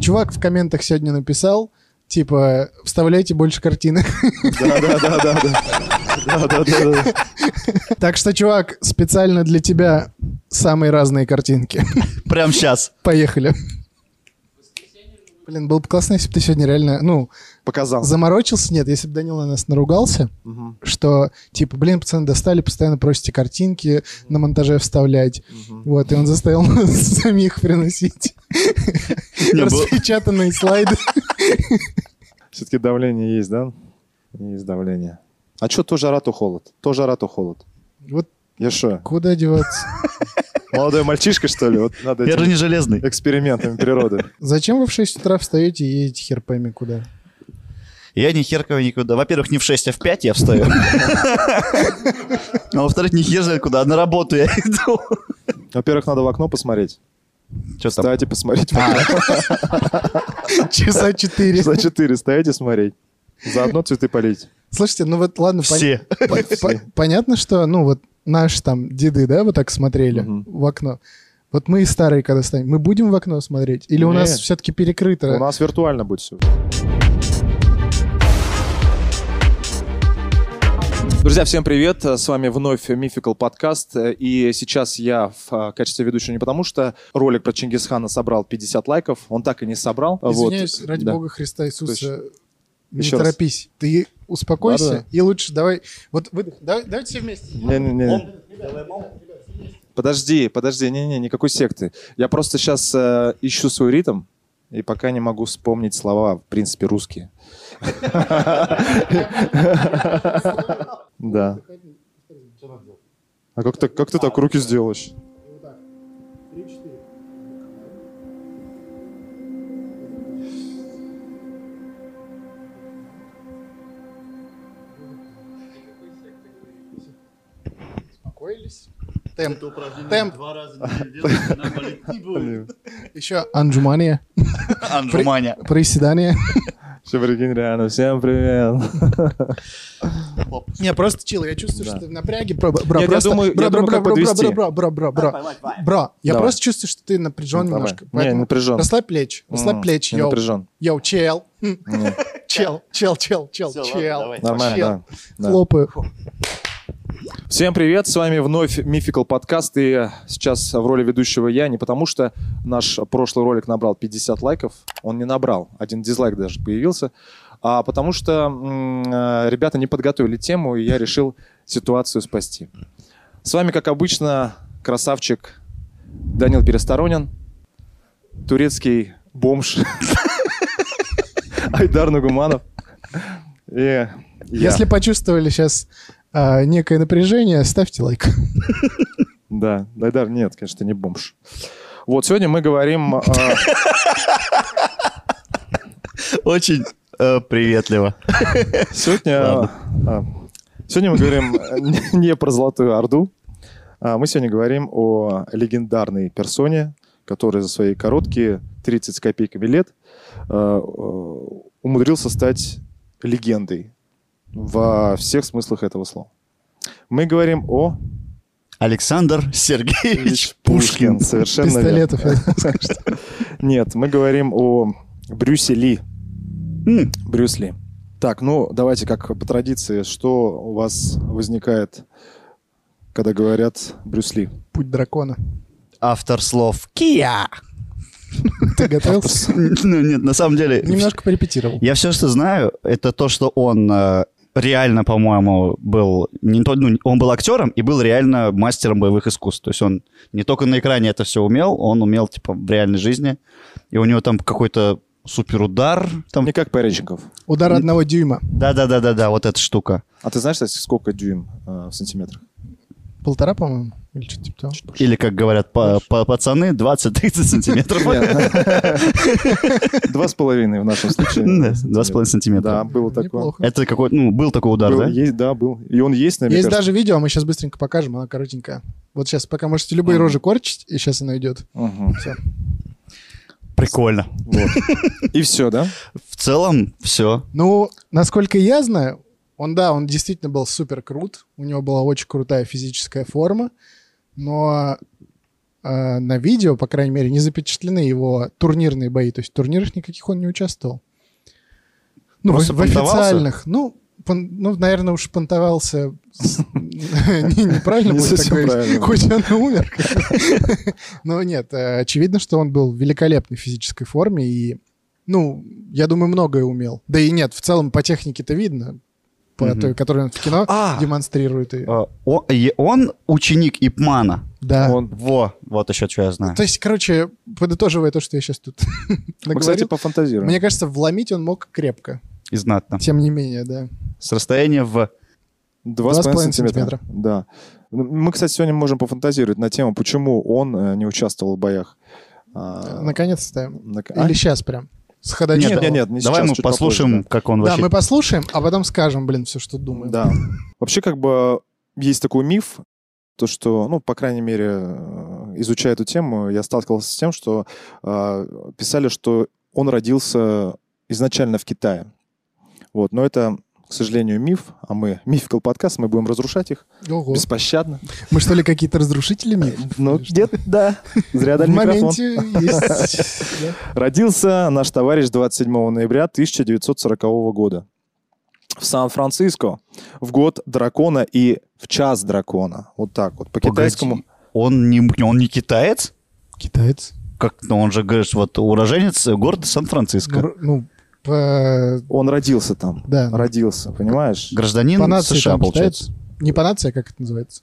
чувак в комментах сегодня написал, типа, вставляйте больше картинок. Да-да-да-да. Так что, чувак, специально для тебя самые разные картинки. Прям сейчас. Поехали. Блин, было бы классно, если бы ты сегодня реально, ну, Показал. заморочился. Нет, если бы Данил на нас наругался, Мгм. что, типа, блин, пацаны достали, постоянно просите картинки на монтаже вставлять. Вот, и он заставил нас самих приносить Не, был- распечатанные слайды. Все-таки давление есть, да? Есть давление. А что то жара, то холод? То жара, то холод. Вот Я что, куда деваться? молодой мальчишка, что ли? Вот надо Я же этими не железный. экспериментами природы. Зачем вы в 6 утра встаете и едете херпами куда? Я ни херкова никуда. Во-первых, не в 6, а в 5 я встаю. А во-вторых, не хер знает куда, а на работу я иду. Во-первых, надо в окно посмотреть. Что там? А. Встать и посмотреть. в окно. Часа 4. За четыре стоять и смотреть. Заодно цветы полить. Слушайте, ну вот ладно, пон- Все. по- понятно, что, ну вот наши там деды, да, вот так смотрели Мгм. в окно. Вот мы и старые, когда станем, мы будем в окно смотреть? Или у нас Нет. все-таки перекрыто? У нас виртуально будет все. Друзья, всем привет! С вами вновь Мификал подкаст. И сейчас я в э, качестве ведущего не потому, что ролик про Чингисхана собрал 50 лайков, он так и не собрал. Извиняюсь, Вот. ради Да. бога Христа Иисуса, не Еще раз. торопись. Ты успокойся Да-да. и лучше давай... Вот выдох. Давай- давайте все вместе. Не-не-не. Подожди, подожди, не-не, никакой секты. Я просто сейчас ищу свой ритм, и пока не могу вспомнить слова, в принципе, русские. Да. А как ты, как ты так руки сделаешь? Успокоились. Темп. Темп. Еще анджумания, Анжуманя. проседание. Все, прикинь, реально. Всем привет. Не, просто чил, я чувствую, Да. что ты в напряге. Бра, бра, бра, Нет, я просто- думаю- я бра, думаю, бра, как бра, подвести. Бра, бра, бра, бра, бра. Бра, я Давай. просто чувствую, что ты напряжен Ну, давай. немножко. Не, поэтому напряжен. Расслабь плечи, расслабь М, плечи, не йоу. напряжен. Йоу, чел. М, Не, Чел, чел, чел, чел, Всё, ладно, чел. давай. Нормально, да, да. Хлопаю. Всем привет, с вами вновь Мификал подкаст, и сейчас в роли ведущего я, не потому что наш прошлый ролик набрал 50 лайков, он не набрал, один дизлайк даже появился, а потому что м, э, ребята не подготовили тему, и я решил ситуацию спасти. С вами, как обычно, красавчик Данил Пересторонин, турецкий бомж Айдар Нагуманов и я. Если почувствовали сейчас некое напряжение, ставьте лайк. Да, Дайдар, нет, конечно, ты не бомж. Вот сегодня мы говорим... э, Очень э, приветливо. Сегодня... э, э, Сегодня мы говорим э, не- не про Золотую Орду, а мы сегодня говорим о легендарной персоне, которая за свои короткие 30 с копейками лет э, э, умудрился стать легендой во всех смыслах этого слова. Мы говорим о... Александр Сергеевич Пушкин. Совершенно верно. Пистолетов. я думаю. Нет, мы говорим о Брюсе Ли. М, Брюс Ли. Так, ну давайте как по традиции, что у вас возникает, когда говорят Брюс Ли? Путь дракона. Автор слов Кия. Ты готовился? Ну нет, на самом деле... Немножко порепетировал. Я все, что знаю, это то, что он э, реально, по-моему, был не то, ну, он был актером и был реально мастером боевых искусств. То есть он не только на экране это все умел, он умел типа в реальной жизни. И у него там какой-то суперудар. Там... Не как Пореченков. Удар одного дюйма. Да-да-да-да-да, вот эта штука. А ты знаешь, кстати, сколько дюйм э, в сантиметрах? Полтора, по-моему? Или что-то типа того. Или, как говорят па- па- пацаны, 20-30 сантиметров. Нет. Два с половиной в нашем Да, случае. Два с половиной Да, сантиметра. было такое. Неплохо. Это какой ну, был такой удар, Был- да? Есть, да, был. И он есть, наверное. Есть даже видео, а мы сейчас быстренько покажем, она коротенькая. Вот сейчас, пока можете любые Мгм. рожи корчить, и сейчас она идет. Всё. Прикольно. И все, да? В целом, все. Ну, насколько я знаю, он, да, он действительно был супер крут, у него была очень крутая физическая форма, но э, э, на видео, по крайней мере, не запечатлены его турнирные бои. То есть в турнирах никаких он не участвовал. Ну, в, Просто в понтовался? официальных. Ну, пон- ну, наверное, уж понтовался. с- не- Неправильно Не будет так совсем говорить. правильно. Хоть он и умер. Но нет, э, очевидно, что он был в великолепной физической форме и, ну, я думаю, многое умел. Да и нет, в целом по технике-то видно, по Мгм. той, которую он в кино А! демонстрирует. и- Э, о- и Он ученик Ипмана. Да. Он. Во, вот еще что я знаю. То есть, короче, подытоживая то, что я сейчас тут Мы, Ну, кстати, наговорил, пофантазируем. мне кажется, вломить он мог крепко. И знатно. Тем не менее, да. С расстояния в... Два Два с с половиной половиной сантиметра. Да. Ну, Мы, кстати, сегодня можем пофантазировать на тему, почему он э, не участвовал в боях. А, Наконец ставим. на- а? Или сейчас прям. С ходачом. Нет, нет, нет, не Давай сейчас, мы чуть послушаем, попозже, как он Да, вообще... мы послушаем, а потом скажем, блин, все, что думаем. Да. Вообще, как бы, есть такой миф, то, что, ну, по крайней мере, э, изучая эту тему, я сталкивался с тем, что э, писали, что он родился изначально в Китае. Вот, но это, к сожалению, миф, а мы мификал подкаст, мы будем разрушать их Ого. беспощадно. Мы что ли какие-то разрушители миф? Ну, Или что? нет, да, зря В дали микрофон. моменте есть... да. Родился наш товарищ 27 ноября 1940 года в Сан-Франциско в год дракона и в час дракона. Вот так вот. По Погоди, китайскому. Он не, он не китаец? Китаец. Как, ну, он же, говоришь, вот уроженец города Ну, Сан-Франциско. р- Ну, по... Он родился там. Да. Родился, понимаешь? Гражданин по нации США, там получается. китаец. Не по нации, а как это называется?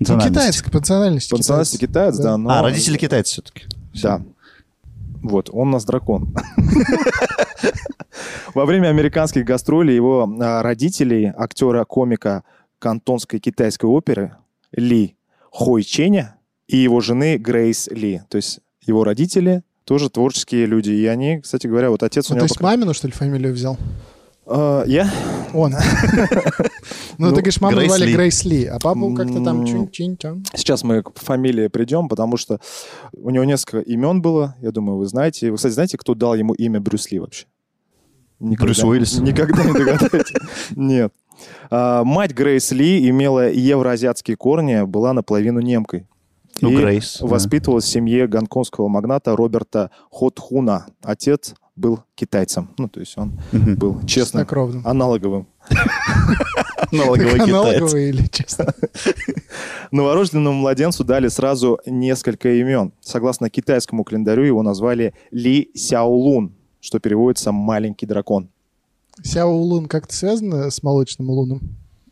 Ну, Национальность. китаец, по национальности. По национальности китаец, да. но... А, родители китайцы все-таки. Да. Вот, он у нас дракон. Во время американских гастролей его а, родителей, актера-комика кантонской китайской оперы Ли Хой Ченя и его жены Грейс Ли. То есть его родители тоже творческие люди. И они, кстати говоря, вот отец Ну, у то него... есть пока- мамину, что ли, фамилию взял? А, Я? Он. Ну, Ну, ты говоришь, маму Грейс звали Ли. Грейс Ли, а папу как-то там М. чин чин чан Сейчас мы к фамилии придем, потому что у него несколько имен было. Я думаю, вы знаете. Вы, кстати, знаете, кто дал ему имя Брюс Ли вообще? Брюс Уиллис. Никогда не догадаетесь. Нет. А, Мать Грейс Ли имела евроазиатские корни, была наполовину немкой. Ну, И Грейс. да. Воспитывалась в семье гонконгского магната Роберта Хотхуна. Отец был китайцем. Ну, то есть он Мгм. был честно Чистокровным. аналоговым. Аналоговый Так китаец. аналоговый или честно? Новорожденному младенцу дали сразу несколько имен. Согласно китайскому календарю его назвали Ли Сяолун, что переводится «маленький дракон». Сяолун как-то связано с молочным луном?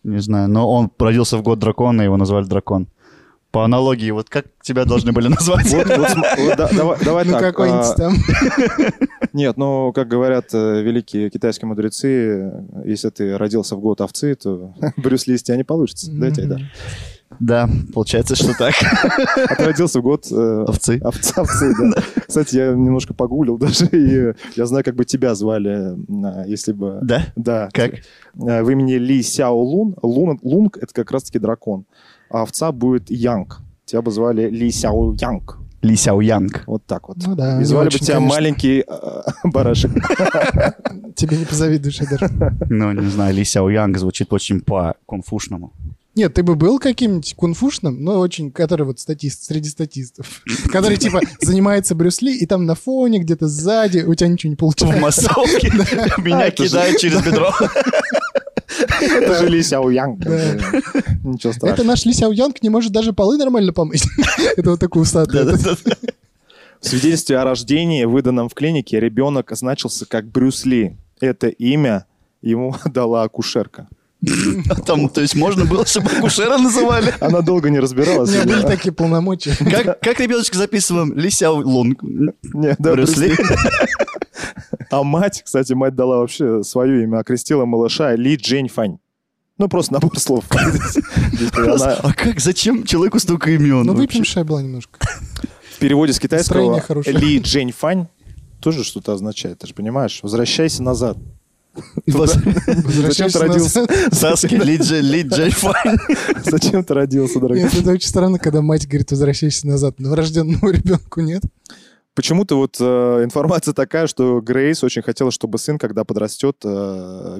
Не знаю, но он родился в год дракона, его назвали дракон. По аналогии, вот как тебя должны были назвать? Вот, вот см- вот да- давай, давай Ну, так, какой-нибудь а, там. Нет, ну, как говорят э, великие китайские мудрецы, э, если ты родился в год овцы, то Брюс Ли из тебя не получится. Дайте, да. Мгм. Да, получается, что так. А ты родился в год э, Овцы. овца, овцы, да. Кстати, я немножко погуглил даже, и э, я знаю, как бы тебя звали, э, если бы... Да? Да. Как? Э, в имени Ли Сяо Лун. Лун Лунг это как раз-таки дракон. А овца будет Янг. Тебя бы звали Ли Сяо Янг. Ли Сяо Янг. Вот так вот. Ну да, И не звали бы очень, тебя конечно. маленький э, барашек. Тебе не позавидуешь, я даже. Ну, не знаю, Ли Сяо Янг звучит очень по-конфушному. Нет, ты бы был каким-нибудь кунфушным, но очень, который вот статист, среди статистов, который типа занимается Брюс Ли, и там на фоне, где-то сзади, у тебя ничего не В получается. массовке меня А, Это же- кидают через бедро. Это же Ли Сяо Янг. Да. Ничего Это страшного. наш Ли Сяо Янг не может даже полы нормально помыть. Это вот такой усатый. Да-да-да. В свидетельстве о рождении, выданном в клинике, ребенок значился как Брюс Ли. Это имя ему дала акушерка. Там, то есть, можно было, чтобы акушера называли. Она долго не У разбиралась. меня были или- такие полномочия. Как, как ребеночка записываем? Ли Сяо Лунг. Не, да, Брюс Ли. А мать, кстати, мать дала вообще свое имя, окрестила малыша Ли Джень Фань. Ну, просто набор слов. Здесь Просто, она- А как, зачем человеку столько имен? Ну, вообще? выпьем шай была немножко. В переводе с Настроение китайского хорошее. Ли Джень Фань тоже что-то означает, ты же понимаешь? Возвращайся назад. Вас- Зачем ты Возвращаешься родился? назад. Саски, Ли Джей, Ли Джей Файн. Зачем ты родился, дорогой? Нет, это очень странно, когда мать говорит, возвращайся назад, но рожденному ребенку нет. Почему-то вот э, информация такая, что Грейс очень хотела, чтобы сын, когда подрастет, э,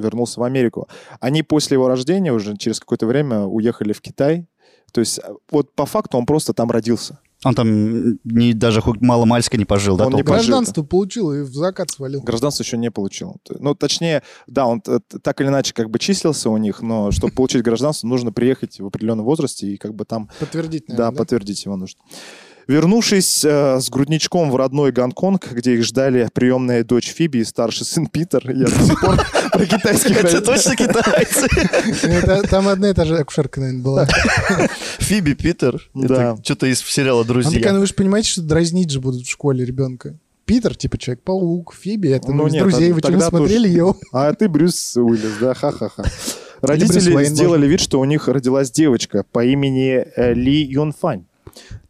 вернулся в Америку. Они после его рождения уже через какое-то время уехали в Китай. То есть э, вот по факту он просто там родился. Он там не, даже хуй- мало-мальски не пожил, да, Он не толком? пожил. Гражданство получил и в закат свалил. Гражданство еще не получил. Т- Ну, точнее, да, он т- т- так или иначе как бы числился у них, но чтобы получить гражданство, нужно приехать в определенном возрасте и как бы там Подтвердить, Да, наверное, да? подтвердить его нужно. Вернувшись э, с грудничком в родной Гонконг, где их ждали приемная дочь Фиби и старший сын Питер, я до сих пор про китайских Это родителей. точно китайцы? Это- Там одна и та же акушерка, наверное, была. Фиби Питер. Да. Это что-то из сериала Он такая, «Друзья». ну вы же понимаете, что дразнить же будут в школе ребенка. Питер, типа Человек-паук, Фиби, это Ну ну, из нет, друзей, а вы что, не тогда тоже. смотрели, йоу? А ты Брюс Уиллис, да, ха-ха-ха. Брюс Родители Уэйн, сделали вид, что у них родилась девочка по имени э, Ли Юнфань.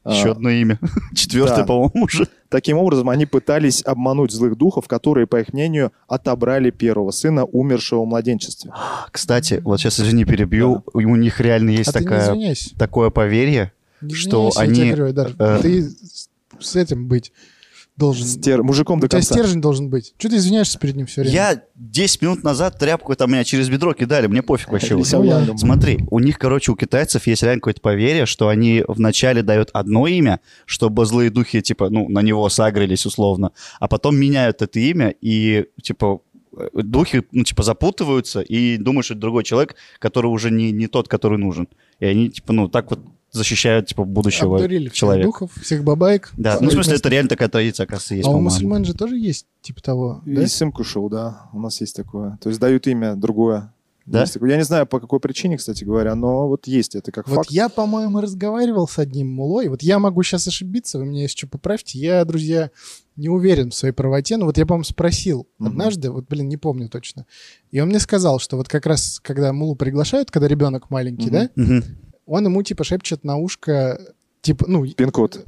А, Еще одно имя. Четвертое, да. по-моему, уже. Таким образом, они пытались обмануть злых духов, которые, по их мнению, отобрали первого сына, умершего в младенчестве. А, Кстати, вот сейчас, извини, перебью. У у них реально есть а ты не такая, извиняйся. такое поверье. Не что извиняйся, я они, тебе говорю, Айдар, э, Ты с- с этим быть должен. Стер- Мужиком У до тебя конца. ну, стержень должен быть. Что ты извиняешься перед ним все время? ну, Я 10 минут назад тряпку там меня через бедро кидали, мне пофиг Э, вообще. Или уже. Ну, Сяоянгом. Смотри, у них, короче, у китайцев есть реально какое-то поверье, что они вначале дают одно имя, чтобы злые духи, типа, ну, на него сагрились условно, а потом меняют это имя, и, типа, э, духи, ну, типа, запутываются и думают, что это другой человек, который уже не, не тот, который нужен. И они, типа, ну, так вот защищают, типа, будущего Обдурили всех человека. духов, всех бабаек. Да, ну, в смысле, это реально такая традиция, оказывается, есть, а у по-моему. мусульман же тоже есть типа того, да? И сымку шоу, да. У нас есть такое. То есть дают имя другое. Да? Есть такое. Я не знаю, по какой причине, кстати говоря, но вот есть это как Вот факт. я, по-моему, разговаривал с одним мулой. Вот я могу сейчас ошибиться, вы меня, если что, поправьте. Я, друзья, не уверен в своей правоте. Но вот я, по-моему, спросил Мгм. однажды, вот, блин, не помню точно. И он мне сказал, что вот как раз, когда мулу приглашают, когда ребенок маленький, Мгм. да, Мгм. он ему, типа, шепчет на ушко, типа, ну, Пин-код.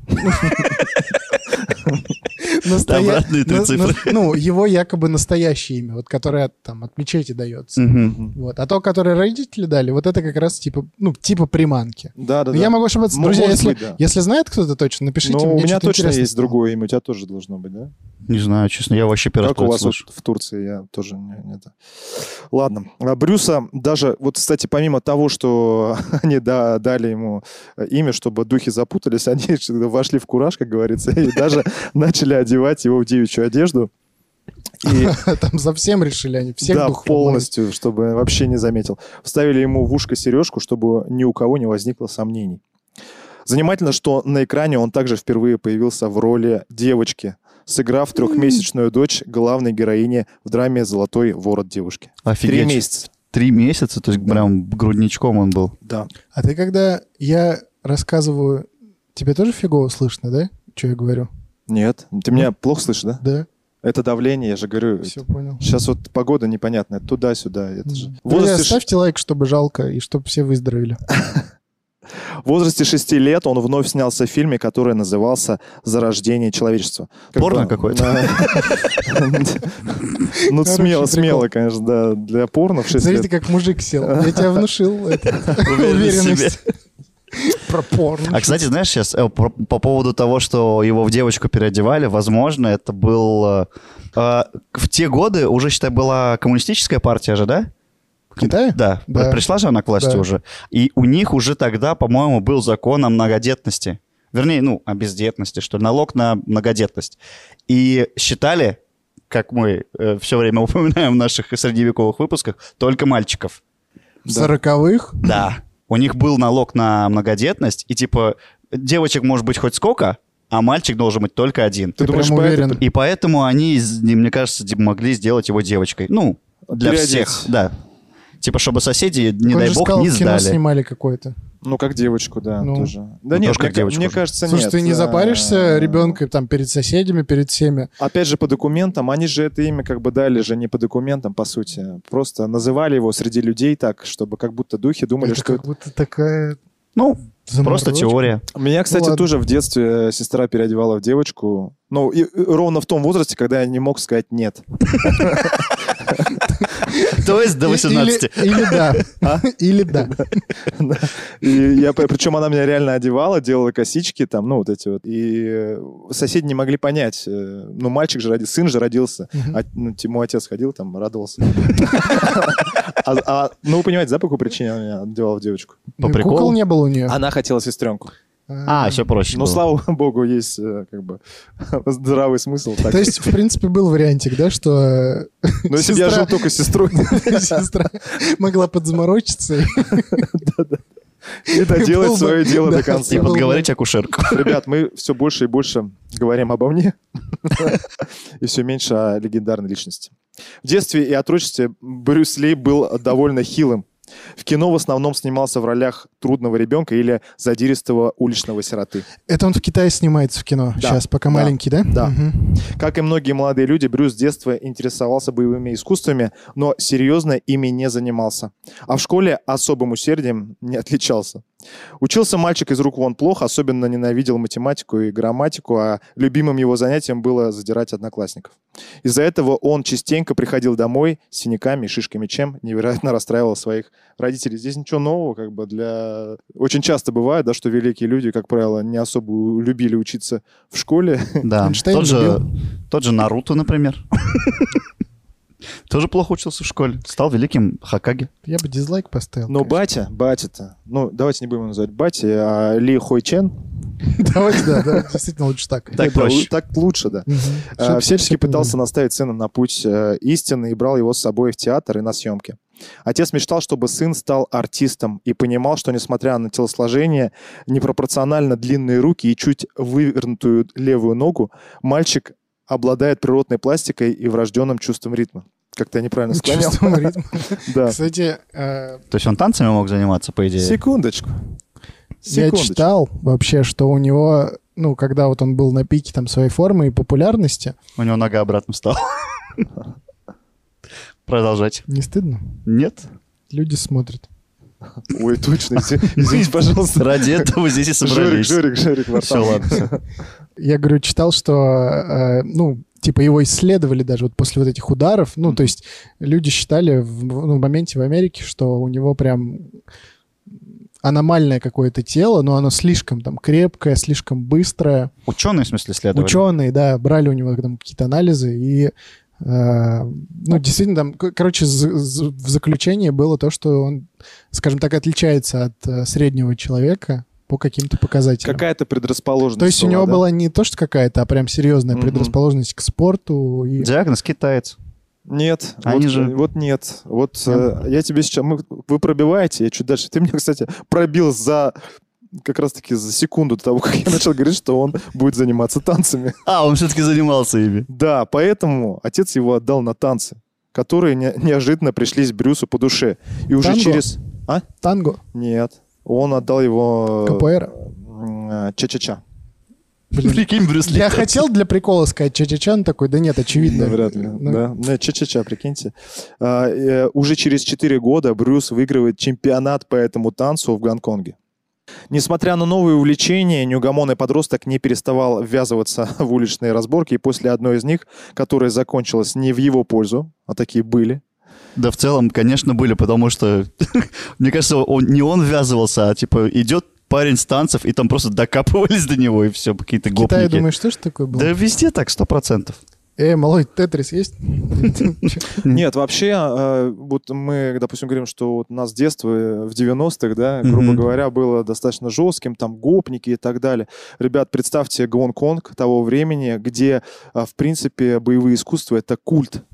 настоя- обратные три на- на- цифры. Ну, его якобы настоящее имя, вот которое от, там от мечети дается. Мгм. Вот. А то, которое родители дали, вот это как раз типа, ну, типа приманки. Да, да, Но Ну, Я могу ошибаться. М- Друзья, может если, быть, да. если знает кто-то точно, напишите Ну, мне. у меня что-то точно интересное есть стало. другое имя, у тебя тоже должно быть, да? Не знаю, честно, я вообще первый раз Как у про это вас вот слышу. в Турции, я тоже не, не это. Ладно. А Брюса даже, вот, кстати, помимо того, что они да, дали ему э, имя, чтобы духи запутались, они же вошли в кураж, как говорится, и даже начали одевать его в девичью одежду. И Там совсем решили они, всех да, духов полностью, чтобы вообще не заметил. Вставили ему в ушко сережку, чтобы ни у кого не возникло сомнений. Занимательно, что на экране он также впервые появился в роли девочки, сыграв трехмесячную дочь главной героини в драме «Золотой ворот девушки». Три Офигеть. месяца. Три месяца, то есть прям грудничком он был. Да. мамонтов. А ты когда я рассказываю, тебе тоже фигово слышно, да? Что я говорю? Нет. Ты меня плохо слышишь, да? Да, Это давление, я же говорю. все понял. Сейчас вот погода непонятная, туда-сюда. Это же. Мгм. В возрасте Друзья, ставьте лайк, чтобы жалко, и чтобы все выздоровели. В возрасте шести лет он вновь снялся в фильме, который назывался «Зарождение человечества». Порно бы- какое-то? Ну, Хороший смело, прикол. смотрела, конечно, да, для порно в 6 Смотрите, лет. как мужик сел. Я тебя внушил это. Уверенность в себе. уверенность. Про порно. А, кстати, знаешь, сейчас э, про- по поводу того, что его в девочку переодевали, возможно, это был... э, э, в те годы уже, считай, была коммунистическая партия же, да? В Китае? Да. Да. Пришла же она к власти Да. уже. И у них уже тогда, по-моему, был закон о многодетности. Вернее, ну, о бездетности, что ли, налог на многодетность. И считали, как мы все время упоминаем в наших средневековых выпусках, только мальчиков. В сороковых? Да. У них был налог на многодетность, и типа девочек может быть хоть сколько, а мальчик должен быть только один. Ты думаешь, прям поэтому- уверен? И поэтому они, из- и, мне кажется, типа, могли сделать его девочкой. Ну, для Переодеть. всех, да. Типа, чтобы соседи, не Он дай же бог, сказал, не в кино сдали. снимали какое-то. Ну, как девочку, да, Ну. тоже. Ну, Да нет, тоже как мне- девочку мне уже. кажется, Слушай, нет. ты не А, ну. запаришься ребенка там перед соседями, перед всеми. Опять же, по документам, они же это имя как бы дали же не по документам, по сути. Просто называли его среди людей так, чтобы как будто духи думали, это что как будто такая Ну, заморочка. просто теория. Меня, кстати, ладно. тоже в детстве э, сестра переодевала в девочку. Ну, и, э, ровно в том возрасте, когда я не мог сказать «нет». То есть до А? И- 18. Или, или да. Или да. И я, причем она меня реально одевала, делала косички там, ну, вот эти вот. И э, соседи не могли понять. э, Ну, мальчик же родился, сын же родился. Мгм. А, ну, ему отец ходил там, радовался. А- а, ну, вы понимаете, да, по какой причине она меня одевала в девочку? Ну, приколу? Кукол не было у нее. Она хотела сестренку. А, все проще Но было. Ну, слава богу, есть э, как бы здравый смысл. Так. То есть, в принципе, был вариантик, да, что э, Но если бы я сестра- жил только с сестрой сестра могла подзаморочиться. и- и доделать Был бы- свое дело да, до И конца. был бы- подговорить акушерку. Ребят, мы все больше и больше говорим обо мне и все меньше о легендарной личности. В детстве и отрочестве Брюс Ли был довольно хилым. В кино в основном снимался в ролях трудного ребенка или задиристого уличного сироты. Это он в Китае снимается в кино Да, сейчас, пока да, маленький, да? да. Мгм. Как и многие молодые люди, Брюс с детства интересовался боевыми искусствами, но серьезно ими не занимался. А в школе особым усердием не отличался. Учился мальчик из рук вон плохо, особенно ненавидел математику и грамматику, а любимым его занятием было задирать одноклассников. Из-за этого он частенько приходил домой с синяками и шишками, чем невероятно расстраивал своих родителей. Здесь ничего нового, как бы для... Очень часто бывает, да, что великие люди, как правило, не особо любили учиться в школе, Да. Эйнштейн Тот же, тот же Наруто, например. Тоже плохо учился в школе. Стал великим Хакаги. Я бы дизлайк поставил. Но конечно. батя, батя-то, ну, давайте не будем его называть батя, а Ли Хой Чен. Давайте, да, да, действительно лучше так. Так Это проще. лу- так лучше, да. Мгм. А, Всё- Всячески всё понимаю. пытался наставить сына на путь э, истины и брал его с собой в театр и на съемки. Отец мечтал, чтобы сын стал артистом и понимал, что, несмотря на телосложение, непропорционально длинные руки и чуть вывернутую левую ногу, мальчик обладает природной пластикой и врожденным чувством ритма. Как-то я неправильно склонял. Чувством ритма. Да. Кстати, э, То есть он танцами мог заниматься, по идее. Секундочку. я Секундочку. читал вообще, что у него, ну, когда вот он был на пике там своей формы и популярности, У него нога обратно встала. Продолжать. не стыдно? Нет? Люди смотрят. Ой, точно. изв- Извините, пожалуйста. Ради этого здесь и Жорик, собрались. Жорик, Жорик, Все, Вартан. ладно. всё. Я, говорю, читал, что, э, ну, типа его исследовали даже вот после вот этих ударов. Ну, то есть люди считали в, ну, в моменте в Америке, что у него прям аномальное какое-то тело, но оно слишком там крепкое, слишком быстрое. Ученые, в смысле, следовали? Ученые, да, брали у него там какие-то анализы и э, ну, действительно, там, к- короче, з- з- в заключении было то, что он, скажем так, отличается от э, среднего человека по каким-то показателям. Какая-то предрасположенность. То есть у была, него да? была не то, что какая-то, а прям серьезная Мгм. предрасположенность к спорту. И... Диагноз китаец. Нет. Они вот, же- Вот нет. Вот э, я тебе сейчас... мы- Вы пробиваете, я чуть дальше. Ты меня, кстати, пробил за... Как раз-таки за секунду до того, как я начал говорить, что он будет заниматься танцами. А, он все-таки занимался ими. Да, поэтому отец его отдал на танцы, которые не- неожиданно пришлись Брюсу по душе. И уже Танго? через... Танго, Нет. Он отдал его... э, капуэра. м, э, Ча-ча-ча. Блин. Прикинь, Брюс Ли. Я хотел для прикола сказать ча-ча-ча, но такой, да нет, очевидно. Ну, Вряд ли, Ну, да. Ну, ча-ча-ча, прикиньте. А, э, Уже через 4 года Брюс выигрывает чемпионат по этому танцу в Гонконге. Несмотря на новые увлечения, неугомонный подросток не переставал ввязываться в уличные разборки, и после одной из них, которая закончилась не в его пользу, а такие были, Да, в целом, конечно, были, потому что, мне кажется, он, не он ввязывался, а типа идет парень с танцев, и там просто докапывались до него, и все, какие-то В Китае, гопники. думаешь, что ж такое было? да везде так, сто процентов. Эй, малой, тетрис есть? Нет, вообще, э, вот мы, допустим, говорим, что вот у нас детство э, в 90-х, да, Мгм. грубо говоря, было достаточно жестким, там гопники и так далее. Ребят, представьте Гонконг того времени, где, э, в принципе, боевые искусства — это культ.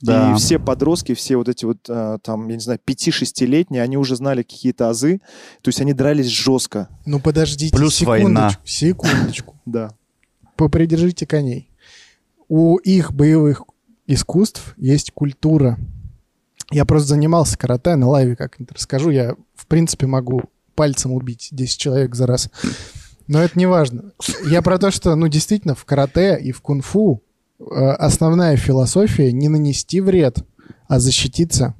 Да. И все подростки, все вот эти вот, э, там, я не знаю, 5-6-летние, они уже знали какие-то азы, то есть они дрались жестко, Ну подождите, Плюс секундочку, война. секундочку. да. Попридержите коней. У их боевых искусств есть культура. Я просто занимался карате на лайве как-нибудь расскажу. Я, в принципе, могу пальцем убить 10 человек за раз. Но это не важно. Я про то, что, ну, действительно, в карате и в кунг-фу э, основная философия не нанести вред, а защититься.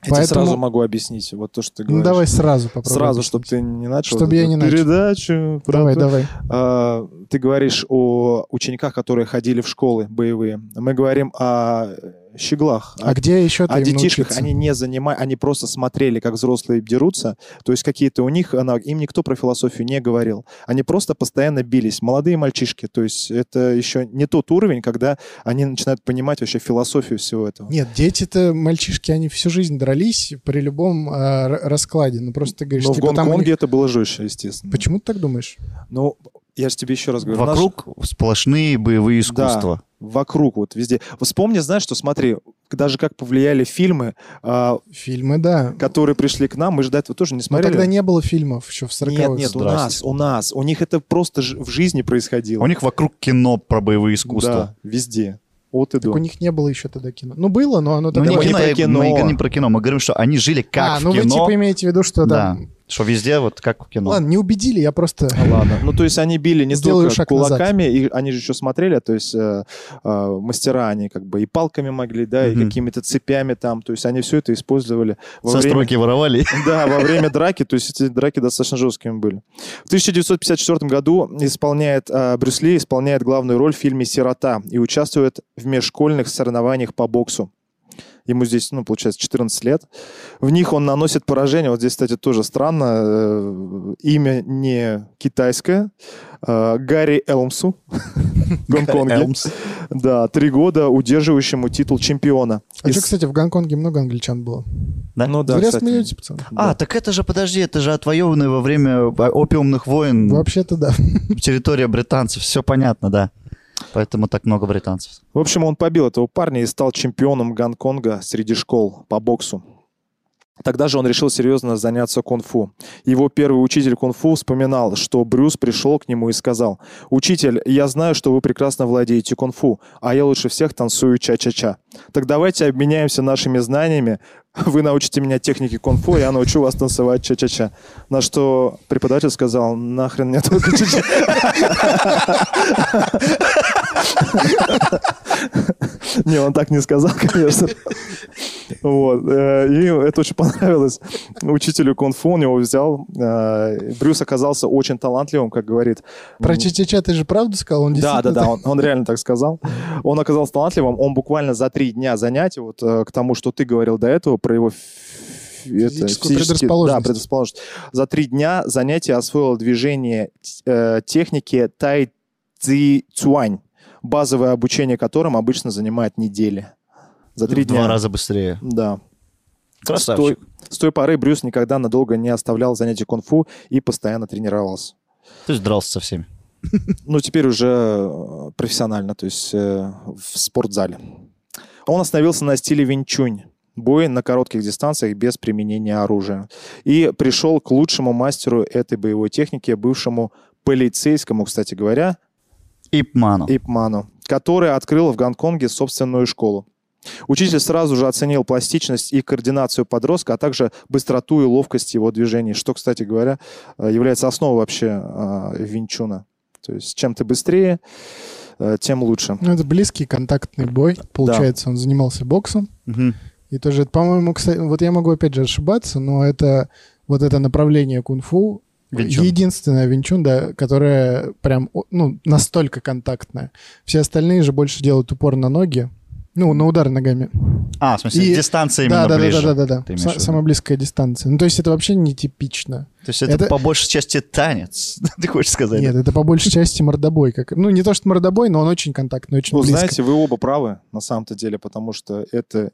Я тебе Поэтому- сразу могу объяснить, вот то, что ты говоришь. Ну, давай сразу попробуем. Сразу, чтобы ты не начал. Чтобы вот я эту не начал. Передачу. про Давай, то, давай. А, ты говоришь о учениках, которые ходили в школы боевые. Мы говорим о щеглах. А где еще ты А им детишек научиться? они не занимали, они просто смотрели, как взрослые дерутся. То есть какие-то у них, она, им никто про философию не говорил. Они просто постоянно бились. Молодые мальчишки, то есть это еще не тот уровень, когда они начинают понимать вообще философию всего этого. Нет, дети-то, мальчишки, они всю жизнь дрались при любом э, р- раскладе. Ну, просто ты говоришь, Но в типа, там у Гонконге них- это было жестче, естественно. Почему ты так думаешь? Ну, я же тебе еще раз говорю. у нас- Вокруг сплошные боевые искусства. Вокруг, вот везде. Вспомни, знаешь, что смотри, даже как повлияли фильмы, а, Фильмы, да. которые пришли к нам, мы же до этого тоже не Но смотрели. Ну, тогда не было фильмов еще в 40-х. Нет, нет, у Здрасте. нас, у нас. У них это просто ж- в жизни происходило. У них вокруг кино про боевые искусства. Да, везде. От и Так до. у них не было еще тогда кино. Ну, было, но оно Ну, тогда... не мы было- не кино, про я- кино. Мы не про кино, мы говорим, что они жили как а, в ну вы кино. типа имеете в виду, что да. там... Ну, Что везде вот как в кино. Ладно, не убедили, я просто... Ладно. Ну, то есть они били не Сделаю только шаг кулаками, и они же еще смотрели, то есть э, э, мастера они как бы и палками могли, да, и Мгм. какими-то цепями там, то есть они все это использовали во Со время- стройки воровали. Да, во время драки, то есть эти драки достаточно жесткими были. В 1954 году исполняет, э, Брюс Ли исполняет главную роль в фильме «Сирота» и участвует в межшкольных соревнованиях по боксу. Ему здесь, ну, получается, 14 лет. В них он наносит поражение. Вот здесь, кстати, тоже странно. э, Имя не китайское. Э, Гарри Элмсу. в Гонконге. Элмс. Да, три года удерживающему титул чемпиона. А И что, с- кстати, в Гонконге много англичан было. Да? Ну да, Зря кстати. смеетесь, пацаны. А, так это же, подожди, это же отвоеванная во время опиумных войн Вообще-то да. территория британцев. Все понятно, да. Поэтому так много британцев. В общем, он побил этого парня и стал чемпионом Гонконга среди школ по боксу. Тогда же он решил серьезно заняться кунг-фу. Его первый учитель кунг-фу вспоминал, что Брюс пришел к нему и сказал, «Учитель, я знаю, что вы прекрасно владеете кунг-фу, а я лучше всех танцую ча-ча-ча. Так давайте обменяемся нашими знаниями. Вы научите меня технике кунг-фу, я научу вас танцевать ча-ча-ча». На что преподаватель сказал, «Нахрен мне только ча-ча». Не, он так не сказал, конечно. Вот. э, И это очень понравилось учителю кунг-фу, он его взял. э, Брюс оказался очень талантливым, как говорит. Про Чича ты же правду сказал? Он Да, действительно да, да, так- он, он реально так сказал. Он оказался талантливым, он буквально за три дня занятий, вот э, к тому, что ты говорил до этого, про его ф- это, Физическую физически- предрасположенность. Да, предрасположенность. За три дня занятия освоил движение э, техники тай ци цуань, базовое обучение которым обычно занимает недели. За три Ну, В два дня. раза быстрее. Да. Красавчик. С той- С той поры Брюс никогда надолго не оставлял занятий кунг-фу и постоянно тренировался. То есть дрался со всеми. Ну, теперь уже э, профессионально, то есть э, в спортзале. Он остановился на стиле винчунь. Бой на коротких дистанциях без применения оружия. И пришел к лучшему мастеру этой боевой техники, бывшему полицейскому, кстати говоря, Ипману. Ипману, который открыл в Гонконге собственную школу. Учитель сразу же оценил пластичность и координацию подростка, а также быстроту и ловкость его движений, что, кстати говоря, э, является основой вообще э, винчуна. То есть чем ты быстрее, э, тем лучше. Ну, это близкий контактный бой. Получается, он занимался боксом. Мгм. И тоже, это, по-моему, кстати, вот я могу опять же ошибаться, но это вот это направление кунг-фу Винчун. единственное винчун, да, которое прям о- ну, настолько контактное. Все остальные же больше делают упор на ноги, ну, на удар ногами. А, в смысле, И- дистанция именно Да, да, да, ближе. да, да, да, ты да. имеешь в Са- виду? Самая близкая дистанция. Ну, то есть это вообще нетипично. То есть это, Это- по большей части танец, ты хочешь сказать? Нет, это по большей части мордобой. Как... Ну, не то, что мордобой, но он очень контактный, очень Ну, близко. знаете, вы оба правы на самом-то деле, потому что это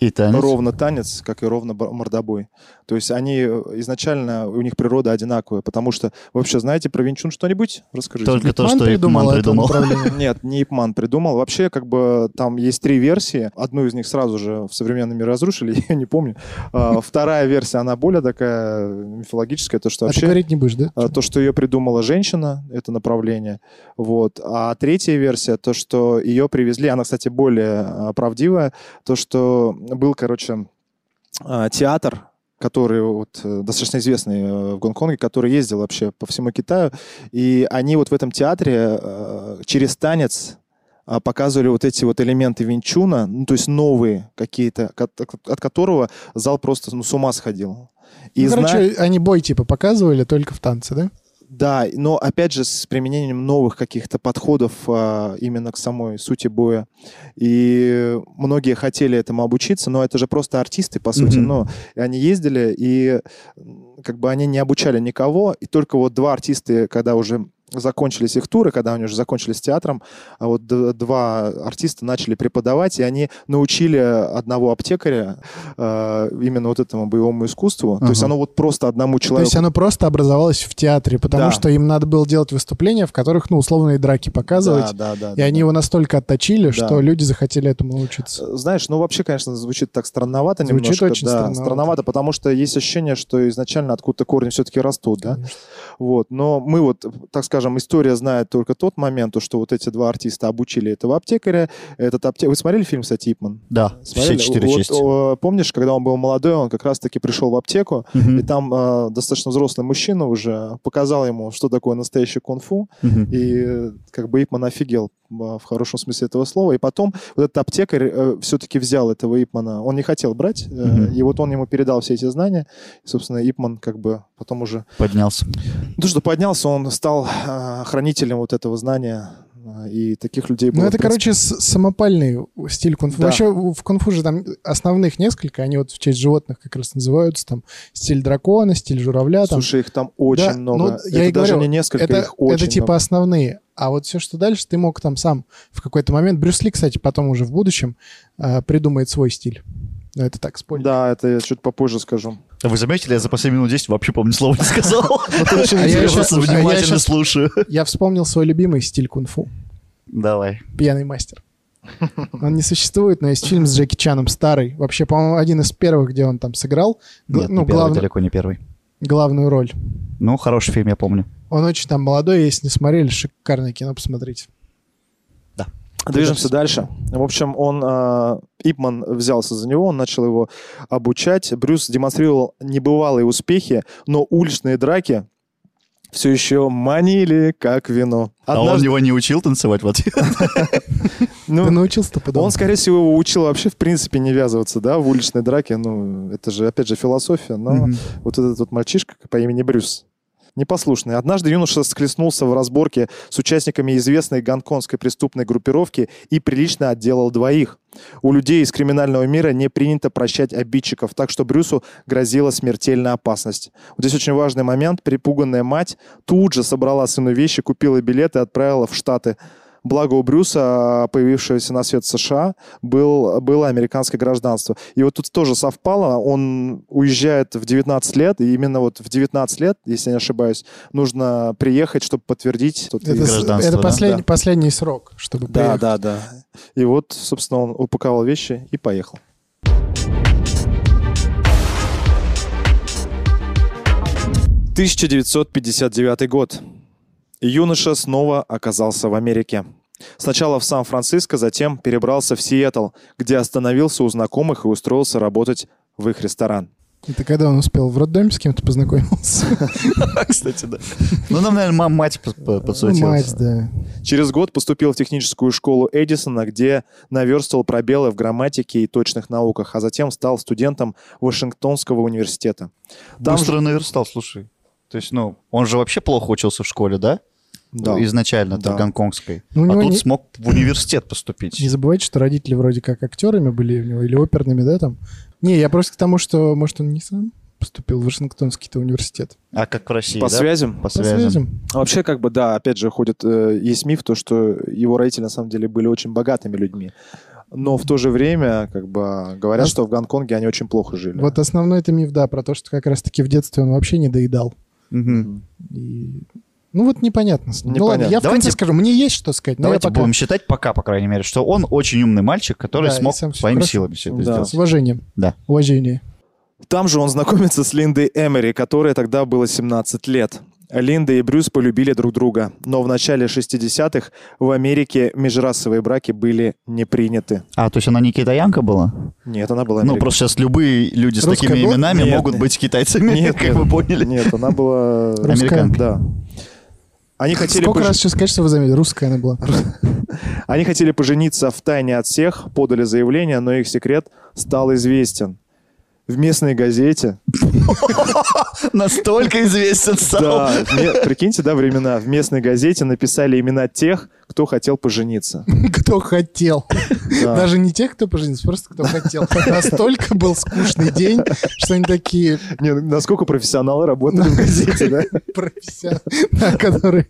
И танец. ровно танец, как и ровно бо- мордобой. То есть они э, изначально, у них природа одинаковая, потому что, вы вообще, знаете про Винчун что-нибудь? Расскажите. Только то, Ипман что Ипман это придумал. направление. Нет, не Ипман придумал. Вообще, как бы там есть три версии. Одну из них сразу же в современном мире разрушили, я не помню. А, Вторая версия, она более такая мифологическая, то что А ты вообще говорить не будешь, да? а, то, что ее придумала женщина, это направление. Вот. А третья версия, то, что ее привезли, она, кстати, более а, правдивая, то, что был, короче, а, театр, который вот, э, достаточно известный э, в Гонконге, который ездил вообще по всему Китаю, и они вот в этом театре э, через танец а, показывали вот эти вот элементы Винчуна, ну, то есть новые какие-то, кот- от которого зал просто ну, с ума сходил. И ну, зна- короче, они бой типа показывали только в танце, да? Да, но опять же с применением новых каких-то подходов а, именно к самой сути боя. И многие хотели этому обучиться, но это же просто артисты, по сути. Мгм. Ну, и они ездили, и м, как бы они не обучали никого. И только вот два артиста, когда уже закончились их туры, когда они уже закончились театром, а вот д- два артиста начали преподавать, и они научили одного аптекаря э, именно вот этому боевому искусству. То есть Ага. оно вот просто одному То человеку есть оно просто образовалось в театре, потому Да. что им надо было делать выступления, в которых, ну, условные драки показывать. Да, да, да, и да, они да. его настолько отточили, Да. что люди захотели этому научиться. Э, Знаешь, ну вообще, конечно, звучит так странновато Звучит немножко. очень да, странновато. потому что есть ощущение, что изначально откуда-то корни все-таки растут, да? Конечно. Вот. Но мы вот, так скажем, история знает только тот момент, то, что вот эти два артиста обучили этого аптекаря. Этот аптек... Вы смотрели фильм Сатипман? Да, все четыре части. помнишь, когда он был молодой, он как раз-таки пришел в аптеку, Мгм, и там э, достаточно взрослый мужчина уже показал ему, что такое настоящий кунг-фу, мгм. и э, как бы Ипман офигел а, в хорошем смысле этого слова. И потом вот этот аптекарь все-таки взял этого Ипмана. Он не хотел брать, э, Мгм. и вот он ему передал все эти знания. И, собственно, Ипман как бы потом уже... Поднялся. Ну, то, что поднялся, он стал а, хранителем вот этого знания. а, И таких людей было... Ну, это, в принципе, короче, с- самопальный стиль кунг-фу. Да. Вообще в кунг-фу же там основных несколько, они вот в честь животных как раз называются, там, стиль дракона, стиль журавля, там. Слушай, их там очень Да, много. ну, это я и даже говорю, не несколько, это, их очень это типа много. основные. А вот все, что дальше, ты мог там сам в какой-то момент... Брюс Ли, кстати, потом уже в будущем э, придумает свой стиль. Но это так, спойлер. Да, это я чуть попозже скажу. Да Вы заметили, я за последние минут 10 вообще, помню, слова не сказал. А я Я щас- просто а я внимательно щас- слушаю. Я вспомнил свой любимый стиль кунг-фу. Давай. «Пьяный мастер». Он не существует, но есть фильм с Джеки Чаном старый. Вообще, по-моему, один из первых, где он там сыграл гла- Нет, ну, не первый, главную- далеко не первый. главную роль. Ну, хороший фильм, я помню. Он очень там молодой, если не смотрели, шикарное кино посмотрите. Движемся дальше. В общем, он э, Ипман взялся за него, он начал его обучать. Брюс демонстрировал небывалые успехи, но уличные драки все еще манили как вино. А он Однажды- его не учил танцевать в ответ? Ну, Ты научился-то потом? он, скорее всего, его учил вообще в принципе не ввязываться, да, в уличной драке. Ну, это же опять же философия. Но Мгм. вот этот вот мальчишка по имени Брюс. Непослушный. Однажды юноша склеснулся в разборке с участниками известной гонконгской преступной группировки и прилично отделал двоих. У людей из криминального мира не принято прощать обидчиков, так что Брюсу грозила смертельная опасность. Вот здесь очень важный момент. Припуганная мать тут же собрала сыну вещи, купила билеты и отправила в Штаты. Благо у Брюса, а, появившегося на свет в США, был, было американское гражданство. И вот тут тоже совпало, он уезжает в 19 лет, и именно вот в 19 лет, если я не ошибаюсь, нужно приехать, чтобы подтвердить. что ты это из- с- гражданство, это да? последний, Да. последний срок, чтобы Да, приехать. да, да. И вот, собственно, он упаковал вещи и поехал. «1959 год. Юноша снова оказался в Америке. Сначала в Сан-Франциско, затем перебрался в Сиэтл, где остановился у знакомых и устроился работать в их ресторан. Это когда он успел в роддоме с кем-то познакомился. Кстати, да. Ну, нам, наверное, мам- мать п- п- Ну, мать, подсуетилась. да. Через год поступил в техническую школу Эдисона, где наверстывал пробелы в грамматике и точных науках, а затем стал студентом Вашингтонского университета. Там же- Быстро наверстал, слушай. То есть, ну, он же вообще плохо учился в школе, да? Да. Изначально, Да. там, гонконгской. Ну, у а него тут не- смог в университет поступить. Не забывайте, что родители вроде как актерами были у него или оперными, да, там. Не, я просто к тому, что, может, он не сам поступил в Вашингтонский-то университет. А как в России, По да? связям. По По связям. связям. А Вообще, как бы, да, опять же, ходит, э, есть миф, то, что его родители, на самом деле, были очень богатыми людьми. Но в то же время, как бы, говорят, Да. что в Гонконге они очень плохо жили. Вот основной это миф, да, про то, что как раз-таки в детстве он вообще не доедал. Мгм. И... Ну вот непонятно. с ним. Ну ладно, Непонятно. я в Давайте- конце скажу, мне есть что сказать, Ну, но я Давайте пока будем считать пока, по крайней мере, что он очень умный мальчик, который Да, и смог сам всё своими хорошо. силами все это Да. сделать. с уважением. Да. Уважение. Там же он знакомится с Линдой Эмери, которой тогда было 17 лет. Линда и Брюс полюбили друг друга, но в начале 60-х в Америке межрасовые браки были не приняты. А, то есть она не китаянка была? Нет, она Ну, была американка. просто сейчас любые люди с Русская такими была? именами Нет, могут нет. быть китайцами, Нет, как нет. вы поняли. Нет, она была... Русская. Американка. Да. Они хотели, Сколько пож- раз сейчас скажешь, что вы заметили? Русская она была. Они хотели пожениться в тайне от всех, подали заявление, но их секрет стал известен. В в местной газете. Настолько известен стал. Да, не- прикиньте, да, времена. В местной газете написали имена тех, кто хотел пожениться. Кто хотел. Да. Даже не тех, кто поженился, просто кто хотел. Настолько был скучный день, что они такие Не, ну, насколько профессионалы работали в газете, да? профессионалы, которые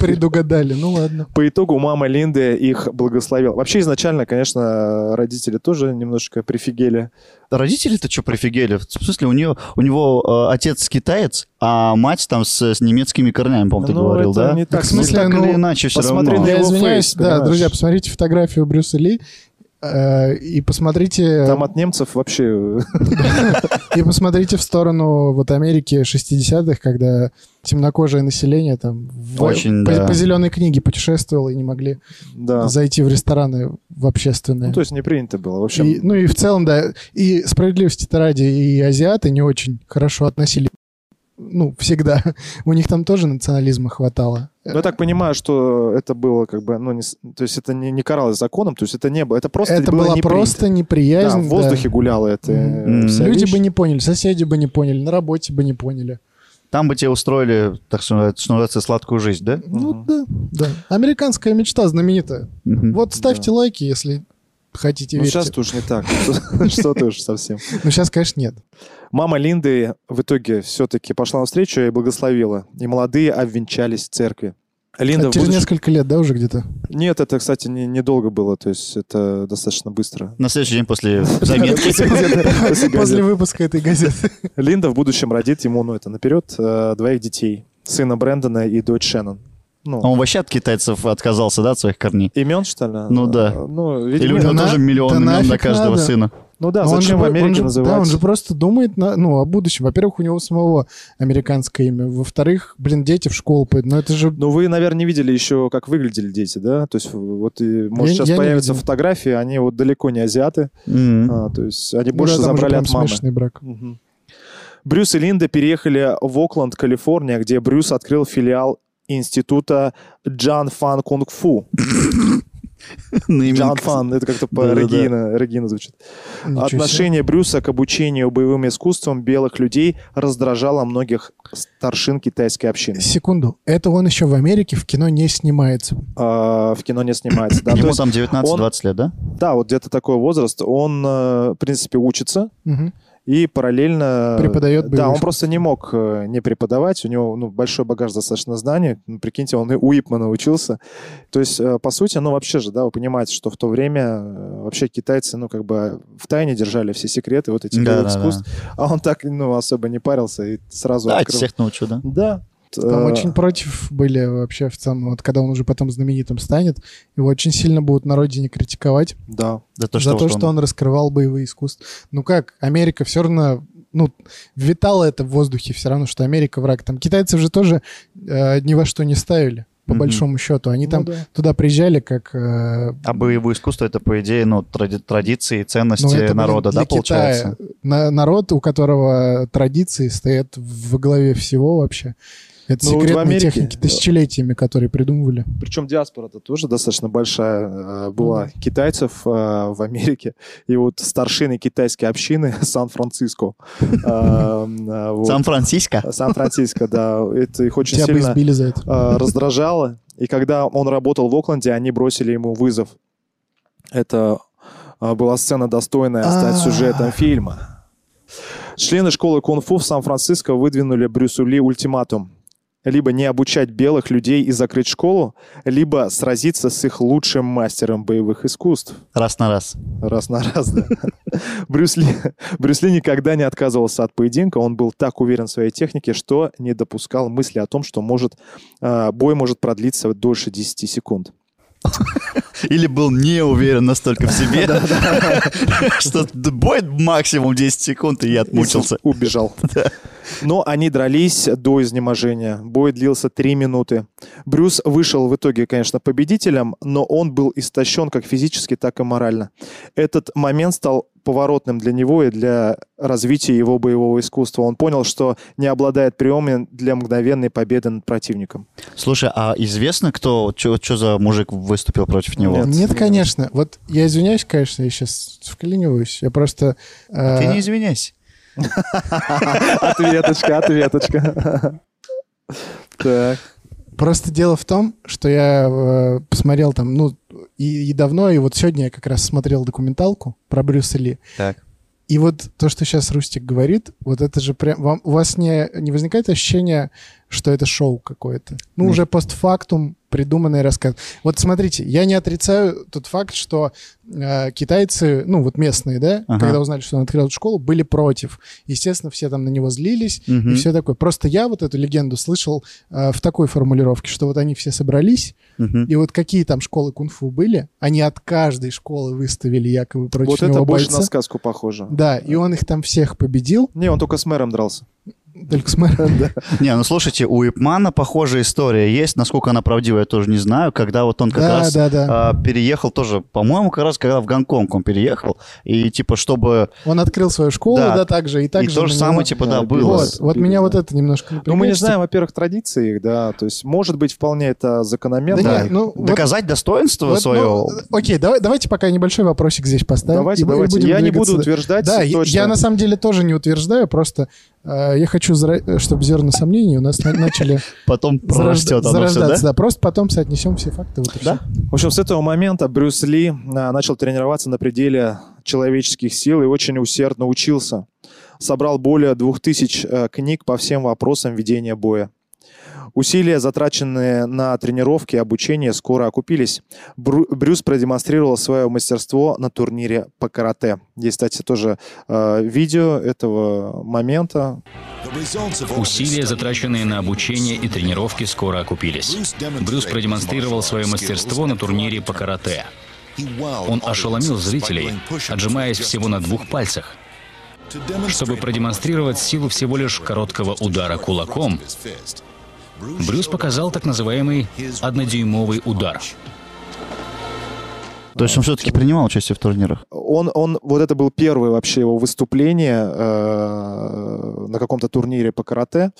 предугадали. Ну ладно. По итогу мама Линды их благословила. Вообще изначально, конечно, родители тоже немножечко прифигели. Родители-то что прифигели? В смысле, у нее, у него э, отец китаец, а мать там с, с немецкими корнями, по-моему, ты Ну, говорил, это да? не так. В смысле, так ну, или иначе, все посмотри равно. на Я его извиняюсь, фейс, да, понимаешь? друзья, посмотрите фотографию Брюса Ли э, и посмотрите Там от немцев вообще... и посмотрите в сторону вот Америки 60-х, когда темнокожее население там в- Очень, по, да. по зеленой книге путешествовало и не могли Да. зайти в рестораны в общественные. Ну, то есть не принято было вообще. И- ну и в целом, да, и справедливости-то ради, и азиаты не очень хорошо относились. Ну, всегда. У них там тоже национализма хватало. Ну, я так понимаю, что это было как бы, ну, не с- то есть это не, не каралось законом, то есть это не было, это просто это было была не просто принято. Да, неприязнь. в воздухе гуляло это. э, Мгм. вся Люди вещь. бы не поняли, соседи бы не поняли, на работе бы не поняли. Там бы тебе устроили, так что что называется, сладкую жизнь, да? Ну Мгм. да, да. Американская мечта знаменитая. Мгм. Вот ставьте лайки, если хотите Ну, верьте. сейчас уж не так. Что ты уж совсем. Ну сейчас, конечно, нет. Мама Линды в итоге все-таки пошла навстречу и благословила. И молодые обвенчались в церкви. Линда А в через будущем- несколько лет, да, уже где-то? Нет, это, кстати, не- недолго было, то есть это достаточно быстро. На следующий день после заметки. После газеты- после После газеты. выпуска этой газеты. Линда в будущем родит ему, ну это наперед, э, двоих детей. Сына Брэндона и дочь Шеннон. Ну, А Он вообще от китайцев отказался, да, от своих корней? Имен, что ли? Ну да. А, Ну, Или видимо, у него на- тоже миллион да миллион на нафиг каждого надо. сына? ну да, Но он зачем же- в он Америке же- называется? Да, он же просто думает на, ну, о будущем. Во-первых, у него самого американское имя. Во-вторых, блин, дети в школу пойдут. Но это же... Ну, вы, наверное, не видели еще, как выглядели дети, да? То есть, вот, и, может, Я- сейчас я не появятся видел. фотографии, они вот далеко не азиаты, Мгм. а, то есть, они ну больше да, там уже забрали прям от мамы. смешанный брак. Мгм. Брюс и Линда переехали в Окленд, Калифорния, где Брюс открыл филиал института Джан Фан Кунг Фу. Нейминг. Джан Фан, это как-то по Да-да-да. Регина, Регина звучит. Ничего себе. Отношение Брюса к обучению боевым искусствам белых людей раздражало многих старшин китайской общины. Секунду. Это он еще в Америке в кино не снимается. А, в кино не снимается. Да, То Ему есть, там 19-20 лет, да? да, вот где-то такой возраст. Он, э, в принципе, учится Мгм. и параллельно... Преподает Да, боевые он просто не мог э, не преподавать. У него ну, большой багаж достаточно знаний. Ну, прикиньте, он и у Ипмана учился. То есть, э, по сути, ну, вообще же, да, вы понимаете, что в то время э, вообще китайцы, ну, как бы в тайне держали все секреты вот этих Да, боевых да, искусств. да. А он так, ну, особо не парился и сразу Да, открыл. всех научу, да? Да. Там Э, очень против были вообще в целом. Вот когда он уже потом знаменитым станет, его очень сильно будут на родине критиковать Да. Да то, за что то, вот что он раскрывал боевые искусства. Ну как, Америка все равно, ну, витало это в воздухе все равно, что Америка враг. Там китайцев же тоже э, ни во что не ставили, по Мгм. большому счету. Они там Ну да. туда приезжали как... э, А боевое искусство — это, по идее, ну, тради- традиции и ценности ну, это, блин, народа, для да, Китая. получается? На- народ, у которого традиции стоят во главе всего вообще. Это Ну, вот в секретные Америке- техники тысячелетиями, которые придумывали. Причем диаспора-то тоже достаточно большая э, была китайцев э, в Америке. И вот старшины китайской общины Сан-Франциско. эм, э, вот. Сан-Франциско? Сан-Франциско, да. Это их очень Тебя бы сильно избили за это. э, раздражало. И когда он работал в Окленде, они бросили ему вызов. Это э, была сцена, достойная стать А. сюжетом фильма. Члены школы кунг-фу в Сан-Франциско выдвинули Брюсу Ли ультиматум. Либо не обучать белых людей и закрыть школу, либо сразиться с их лучшим мастером боевых искусств. Раз на раз. Раз на раз, да. Брюс Ли, Брюс Ли никогда не отказывался от поединка. Он был так уверен в своей технике, что не допускал мысли о том, что может, э, бой может продлиться дольше 10 секунд. Или был не уверен настолько в себе, что д- бой максимум 10 секунд, и я отмучился. И Убежал. Но они дрались до изнеможения. Бой длился 3 минуты. Брюс вышел в итоге, конечно, победителем, но он был истощен как физически, так и морально. Этот момент стал поворотным для него и для развития его боевого искусства. Он понял, что не обладает приемами для мгновенной победы над противником. Слушай, а известно, кто, что за мужик выступил против него? Нет. Нет, конечно. Вот я извиняюсь, конечно, я сейчас вклиниваюсь. Я просто... э, А Ты не извиняйся. Ответочка, ответочка. Так. Просто дело в том, что я э, посмотрел там, ну, и, и давно, и вот сегодня я как раз смотрел документалку про Брюса Ли. Так. И вот то, что сейчас Рустик говорит, вот это же прям... Вам, у вас не, не возникает ощущение, что это шоу какое-то? Ну, Нет. уже постфактум придуманный рассказ. Вот смотрите, я не отрицаю тот факт, что э, китайцы, ну, вот местные, да, Ага. когда узнали, что он открыл эту школу, были против. Естественно, все там на него злились, и Мгм. все такое. Просто я вот эту легенду слышал э, в такой формулировке, что вот они все собрались, Мгм. и вот какие там школы кунг-фу были, они от каждой школы выставили якобы против Вот него это больше бойца. на сказку похоже. Да, и он их там всех победил, Не, он только с мэром дрался. только с мэром. Не, ну слушайте, у Ипмана похожая история есть. Насколько она правдива, я тоже не знаю. Когда вот он как Да, раз да, да. а, переехал тоже, по-моему, как раз когда в Гонконг он переехал. И типа, чтобы... Он открыл свою школу, Да. да, так же, и так и же. то на же него- самое, типа, да, Да, было. Вот, вот меня вот это немножко Ну, мы не напрягает, знаем, во-первых, традиции их, да. То есть, может быть, вполне это что- закономерно. Да, да. нет, ну, вот- Доказать достоинство вот, свое. ну, Окей, давай- давайте пока небольшой вопросик здесь поставим. Давайте, и бу- и давайте. будем Я не двигаться буду дальше. утверждать Да, я, точно. я на самом деле тоже не утверждаю, просто э, я хочу, зара- э, чтобы зерна сомнений у нас на- начали Потом зарожда- прорастет оно все, да? зарождаться. Да, просто потом соотнесем все факты. вот и всё. Да? В общем, с этого момента Брюс Ли а, начал тренироваться на пределе человеческих сил и очень усердно учился. Собрал более 2000 э, книг по всем вопросам ведения боя. Усилия, затраченные на тренировки и обучение, скоро окупились. Брю- Брюс продемонстрировал свое мастерство на турнире по карате. Есть, кстати, тоже э, видео этого момента. Усилия, затраченные на обучение и тренировки, скоро окупились. Брюс продемонстрировал свое мастерство на турнире по карате. Он ошеломил зрителей, отжимаясь всего на двух пальцах. пальцах, чтобы продемонстрировать силу всего лишь короткого удара кулаком. Брюс показал так называемый однодюймовый удар. То есть он все-таки принимал участие в турнирах. Он, он, вот это был первое вообще его выступление э, на каком-то турнире по карате.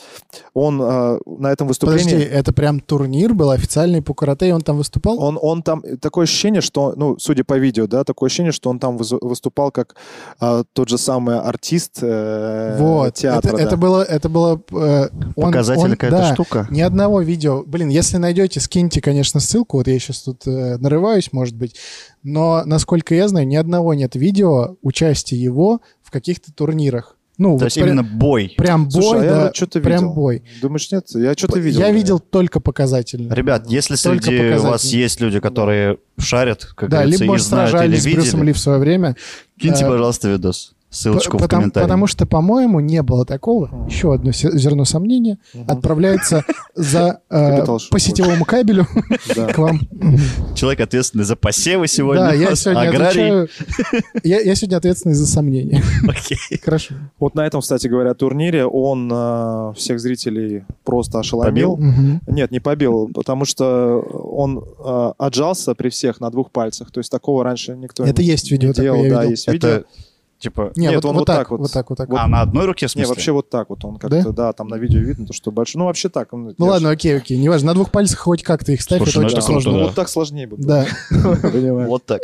Он э, на этом выступлении... Подожди, это прям турнир был официальный по карате, и он там выступал? Он, он там такое ощущение, что, ну, судя по видео, да, такое ощущение, что он там вызу- выступал как э, тот же самый артист э, вот, театра. это, да. это было, это было э, он- Показатель он- какая-то да, штука. Ни одного видео. Блин, если найдете, скиньте, конечно, ссылку. Вот я сейчас тут э, нарываюсь, может быть. Но, насколько я знаю, ни одного нет видео участия его в каких-то турнирах. Ну, вот То есть прям- именно бой. прям бой, Слушай, а я да, вот что-то прям видел. бой. Думаешь, нет? Я что-то видел. я да. видел только показательно. Ребят, если Только среди показатель. вас есть люди, которые шарят, как да, говорится, либо, и может, знают или сражались с Брюсом видели, Ли в свое время. киньте, Э, пожалуйста, видос. П- Ссылочку в потому, комментарии. потому что, по-моему, не было такого. Еще одно се- зерно сомнения. Отправляется за э, Capital Show. по сетевому кабелю Да. к вам. Человек ответственный за посевы сегодня. Да, у я нас, сегодня аграрий. отвечаю. Я я сегодня ответственный за сомнения. Окей. Хорошо. Вот на этом, кстати говоря, турнире он э, всех зрителей просто ошеломил. Мгм. Нет, не побил, потому что он э, отжался при всех на двух пальцах. То есть такого раньше никто Это не, есть видео не такое, делал. я да, видел. есть видео. Это типа... Не, Нет, вот- он вот вот так, так вот. вот так, вот так. А на одной руке, в Не, смысле? вообще вот так вот он как-то, да, там на видео видно, то, что большой. Ну, вообще так. он- Ну я ладно, окей, окей, неважно. На двух пальцах хоть как-то их ставь, Слушай, это ну очень это Ну, круто, сложно. да. вот так сложнее бы. было. Да, Понимаешь? Вот так.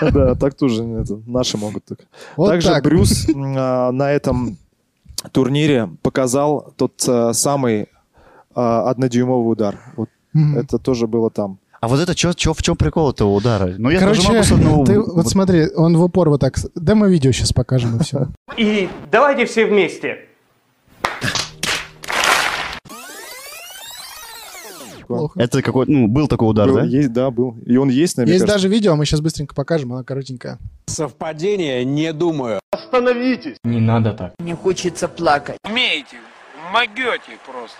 Да, так тоже не это, наши могут так. вот Также так. Брюс м, а, на этом турнире показал тот э, самый а, однодюймовый удар. Вот Мгм. это тоже было там. А вот это чё, чё- в чем прикол этого удара? Ну, я Короче, тоже могу с одного... ты вот- вот смотри, он в упор вот так. с- Да мы видео сейчас покажем и все. И давайте все вместе. Плохо. Это какой ну, был такой удар, Был- да? Есть, да, был. И он есть, на Есть даже видео, мы сейчас быстренько покажем, она коротенькая. Совпадение? Не думаю. Мне хочется плакать. Умеете, могете просто.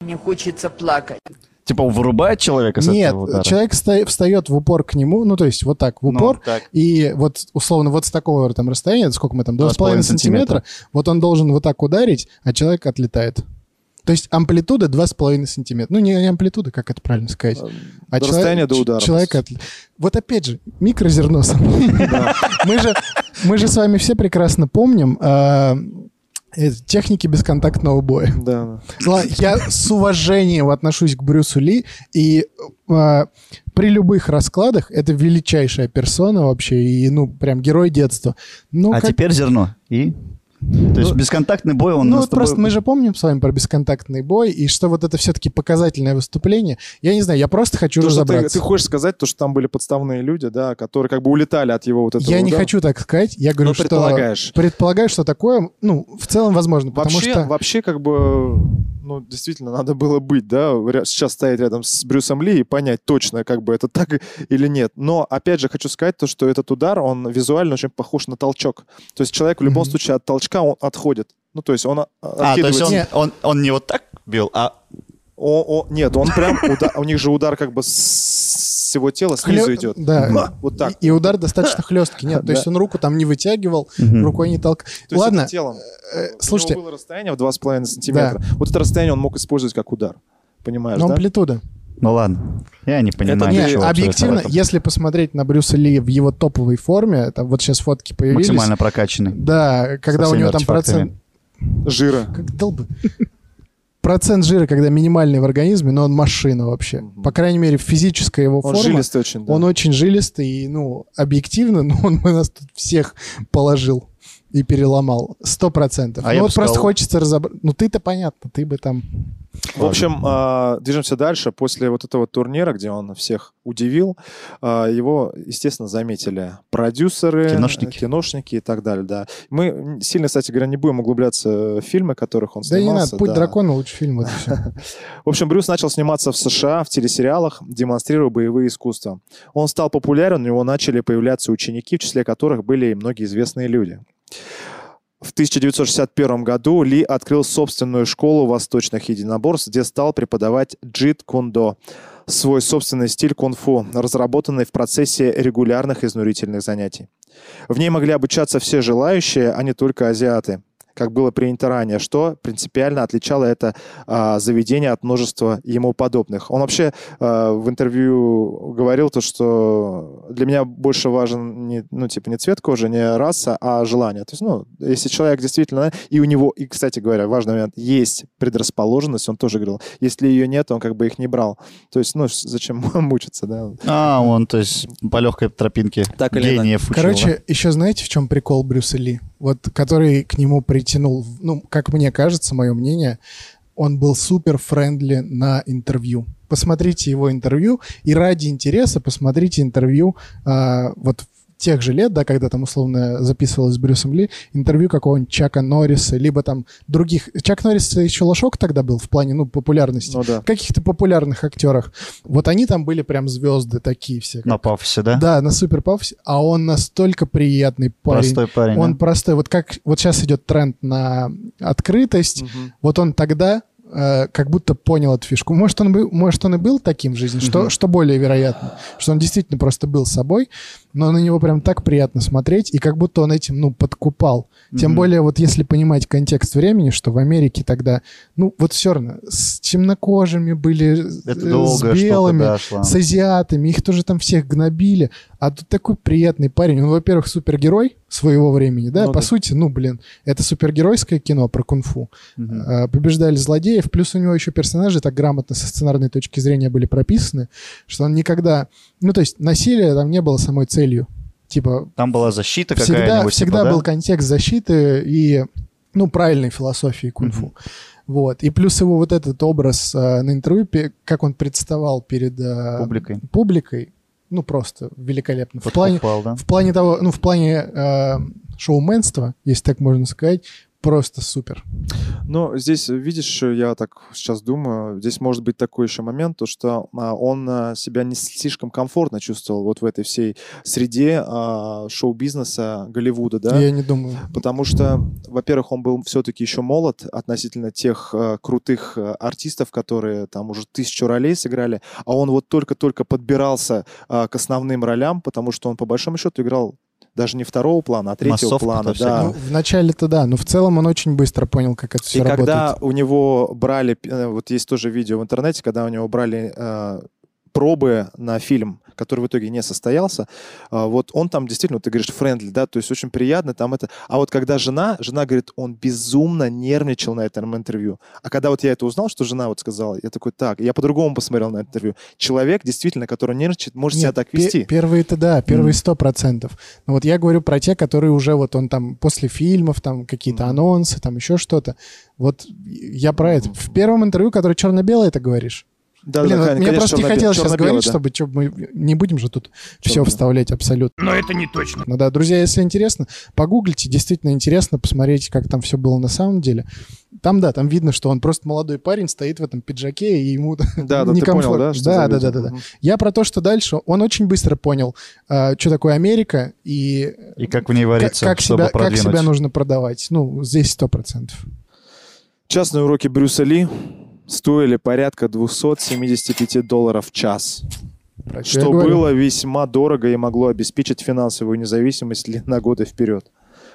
Мне хочется плакать. Типа вырубает человека с Нет, этого удара? человек ста- встает в упор к нему, ну то есть вот так, в Ну, упор, так. и вот условно вот с такого там расстояния, это сколько мы там, 2,5 2,5 сантиметра, вот он должен вот так ударить, а человек отлетает. То есть амплитуда 2,5 сантиметра. Ну, не не амплитуда, как это правильно сказать. А Э, до человек- расстояния до ч- удара. Человек отл- Вот опять же, микрозерно сомнений. Мы же, мы же с вами все прекрасно помним а, э, техники бесконтактного боя. Да, да. Ладно, я с уважением отношусь к Брюсу Ли, и э, при любых раскладах это величайшая персона вообще, и, ну, прям герой детства. Ну, А как- теперь зерно. И? То есть бесконтактный бой, он ну, нас вот с тобой- просто мы же помним с вами про бесконтактный бой, и что вот это все-таки показательное выступление. Я не знаю, я просто хочу То, что ты, разобраться. ты хочешь сказать, то, что там были подставные люди, да, которые как бы улетали от его вот этого Я не удара? хочу так сказать, я говорю, Ну, что... предполагаешь. Предполагаю, что такое, ну, в целом возможно, потому Вообще, что... вообще, как бы, ну, действительно, надо было быть, да, ря- сейчас стоять рядом с Брюсом Ли и понять точно, как бы это так или нет. Но, опять же, хочу сказать то, что этот удар, он визуально очень похож на толчок. То есть человек в любом Мгм. случае от толчка он отходит. Ну, то есть он а, А, то есть откидывается. он, Нет. он, он не вот так бил, а О- о- нет, он прям, уда- у них же удар как бы с- с его тела снизу Хлё- идет. Да. Вот так. И, и удар достаточно хлесткий. Нет, то есть он руку там не вытягивал, рукой не толкал. То есть Ладно, это телом. э, У слушайте, него было расстояние в 2,5 сантиметра. Вот это расстояние он мог использовать как удар. Понимаешь, но да? амплитуда. Ну ладно, я не понимаю. не- А ничего Нет, абсолютно в объективно, этом. если посмотреть на Брюса Ли в его топовой форме, там вот сейчас фотки появились. Максимально прокачанный. Да, когда Со у него всеми там процент... артефактами. Жира. Как долбы. Процент жира, когда минимальный в организме, но он машина вообще. По крайней мере, физическая его Он форма. жилистый очень, да. Он очень жилистый, и, ну, объективно, но он нас тут всех положил и переломал. Сто процентов. А ну, я бы вот просто сказал- хочется разобрать. Ну, ты-то понятно, ты бы там... В общем, а, движемся дальше. После вот этого турнира, где он всех удивил, а, его, естественно, заметили продюсеры, Киношники. э, киношники и так далее. Да. Мы м, сильно, кстати говоря, не будем углубляться в фильмы, в которых он да не снимался. надо, «Путь да. дракона» лучше фильм. вот и всё. В общем, Брюс начал сниматься в США в телесериалах, демонстрируя боевые искусства. Он стал популярен, у него начали появляться ученики, в числе которых были и многие известные люди. В 1961 году Ли открыл собственную школу восточных единоборств, где стал преподавать джит-кундо, свой собственный стиль кунг-фу, разработанный в процессе регулярных изнурительных занятий. В ней могли обучаться все желающие, а не только азиаты, как было принято ранее, что принципиально отличало это а, заведения от множества ему подобных. Он вообще э, в интервью говорил то, что для меня больше важен не, ну, типа, не цвет кожи, не раса, а желание. То есть, ну, если человек действительно... И у него, и, кстати говоря, важный момент, есть предрасположенность, он тоже говорил. Если ее нет, он как бы их не брал. То есть, ну, с- зачем мучиться, да? А, он, то есть, по легкой тропинке Так или гениев учил, Короче, да? еще знаете, в чем прикол Брюса Ли? Вот который к нему притянул, ну, как мне кажется, мое мнение, он был супер френдли на интервью. Посмотрите его интервью и ради интереса посмотрите интервью а, вот тех же лет, да, когда там условно записывалось с Брюсом Ли, интервью какого-нибудь Чака Норриса, либо там других... Чак Норрис еще лошок тогда был в плане, ну, популярности. Ну да. Каких-то популярных актерах. Вот они там были прям звезды такие все. как на пафосе, да? да, на супер пафосе, а он настолько приятный парень. Простой парень. он да? простой. Вот как вот сейчас идет тренд на открытость. Вот он тогда э, как будто понял эту фишку. Может он, был, может, он и был таким в жизни, что, что более вероятно, что он действительно просто был собой, но на него прям так приятно смотреть, и как будто он этим, ну, подкупал. Тем Мгм. более, вот если понимать контекст времени, что в Америке тогда, ну, вот все равно, с темнокожими были, Это э, долгая с белыми, штука, да, шла. с азиатами, их тоже там всех гнобили. А тут такой приятный парень. Он, во-первых, супергерой своего времени, да, Ну по да. сути, ну, блин, это супергеройское кино про кунг-фу. Мгм. А, Побеждали злодеев, плюс у него еще персонажи так грамотно со сценарной точки зрения были прописаны, что он никогда... Ну, то есть насилие там не было самой целью. Типа, Там была защита всегда, какая-нибудь, всегда типа, да? был контекст защиты и, ну, правильной философии кунг-фу. Вот. И плюс его вот этот образ э, на интервью, пе- как он представал перед э, публикой. публикой, ну просто великолепно. В Вот плане, попал, да? в плане того, ну в плане э, шоуменства, если так можно сказать, просто супер. Но здесь, э, видишь, э, я так сейчас думаю, здесь может быть такой еще момент, то что а, он а, себя не слишком комфортно чувствовал вот в этой всей среде а, шоу-бизнеса Голливуда, да? Я не думаю. Потому что, во-первых, он был все-таки еще молод относительно тех э, крутых э, артистов, которые там уже тысячу ролей сыграли, а он вот только-только подбирался э, к основным ролям, потому что он по большому счету играл даже не второго плана, а третьего Массовка-то плана. всегда. да. Ну, в начале-то да, но в целом он очень быстро понял, как это все И работает. когда у него брали, э, вот есть тоже видео в интернете, когда у него брали э, пробы на фильм, который в итоге не состоялся, а, вот он там действительно, вот ты говоришь, френдли, да, то есть очень приятно там это. А вот когда жена, жена говорит, он безумно нервничал на этом интервью. А когда вот я это узнал, что жена вот сказала, я такой, так, я по-другому посмотрел на это интервью. Человек, действительно, который нервничает, может себя Нет, так пе- вести. Первые-то да, первые Мгм. сто процентов. Но вот я говорю про те, которые уже вот он там после фильмов, там какие-то Мгм. анонсы, там еще что-то. Вот я про это. В первом интервью, которое черно-белое, это говоришь. Да, Блин, да, вот конечно, мне просто не черно-бе- хотелось сейчас черно-белое, говорить, да. чтобы чё, мы не будем же тут все Черно-белое. вставлять абсолютно. Но это не точно. Ну да, друзья, если интересно, погуглите, действительно интересно посмотреть, как там все было на самом деле. Там, да, там видно, что он просто молодой парень, стоит в этом пиджаке, и ему Да, да, ты понял, некомфортно. да? что Да, да, за люди? да, да, да. Мгм. Я про то, что дальше он очень быстро понял, что такое Америка и И как в ней к- вариться, как, чтобы себя, как продвинуть. себя нужно продавать. Ну, здесь сто процентов. Частные уроки Брюса Ли стоили порядка 275 долларов в час, Про я что говорю. было весьма дорого и могло обеспечить финансовую независимость ли на годы вперед.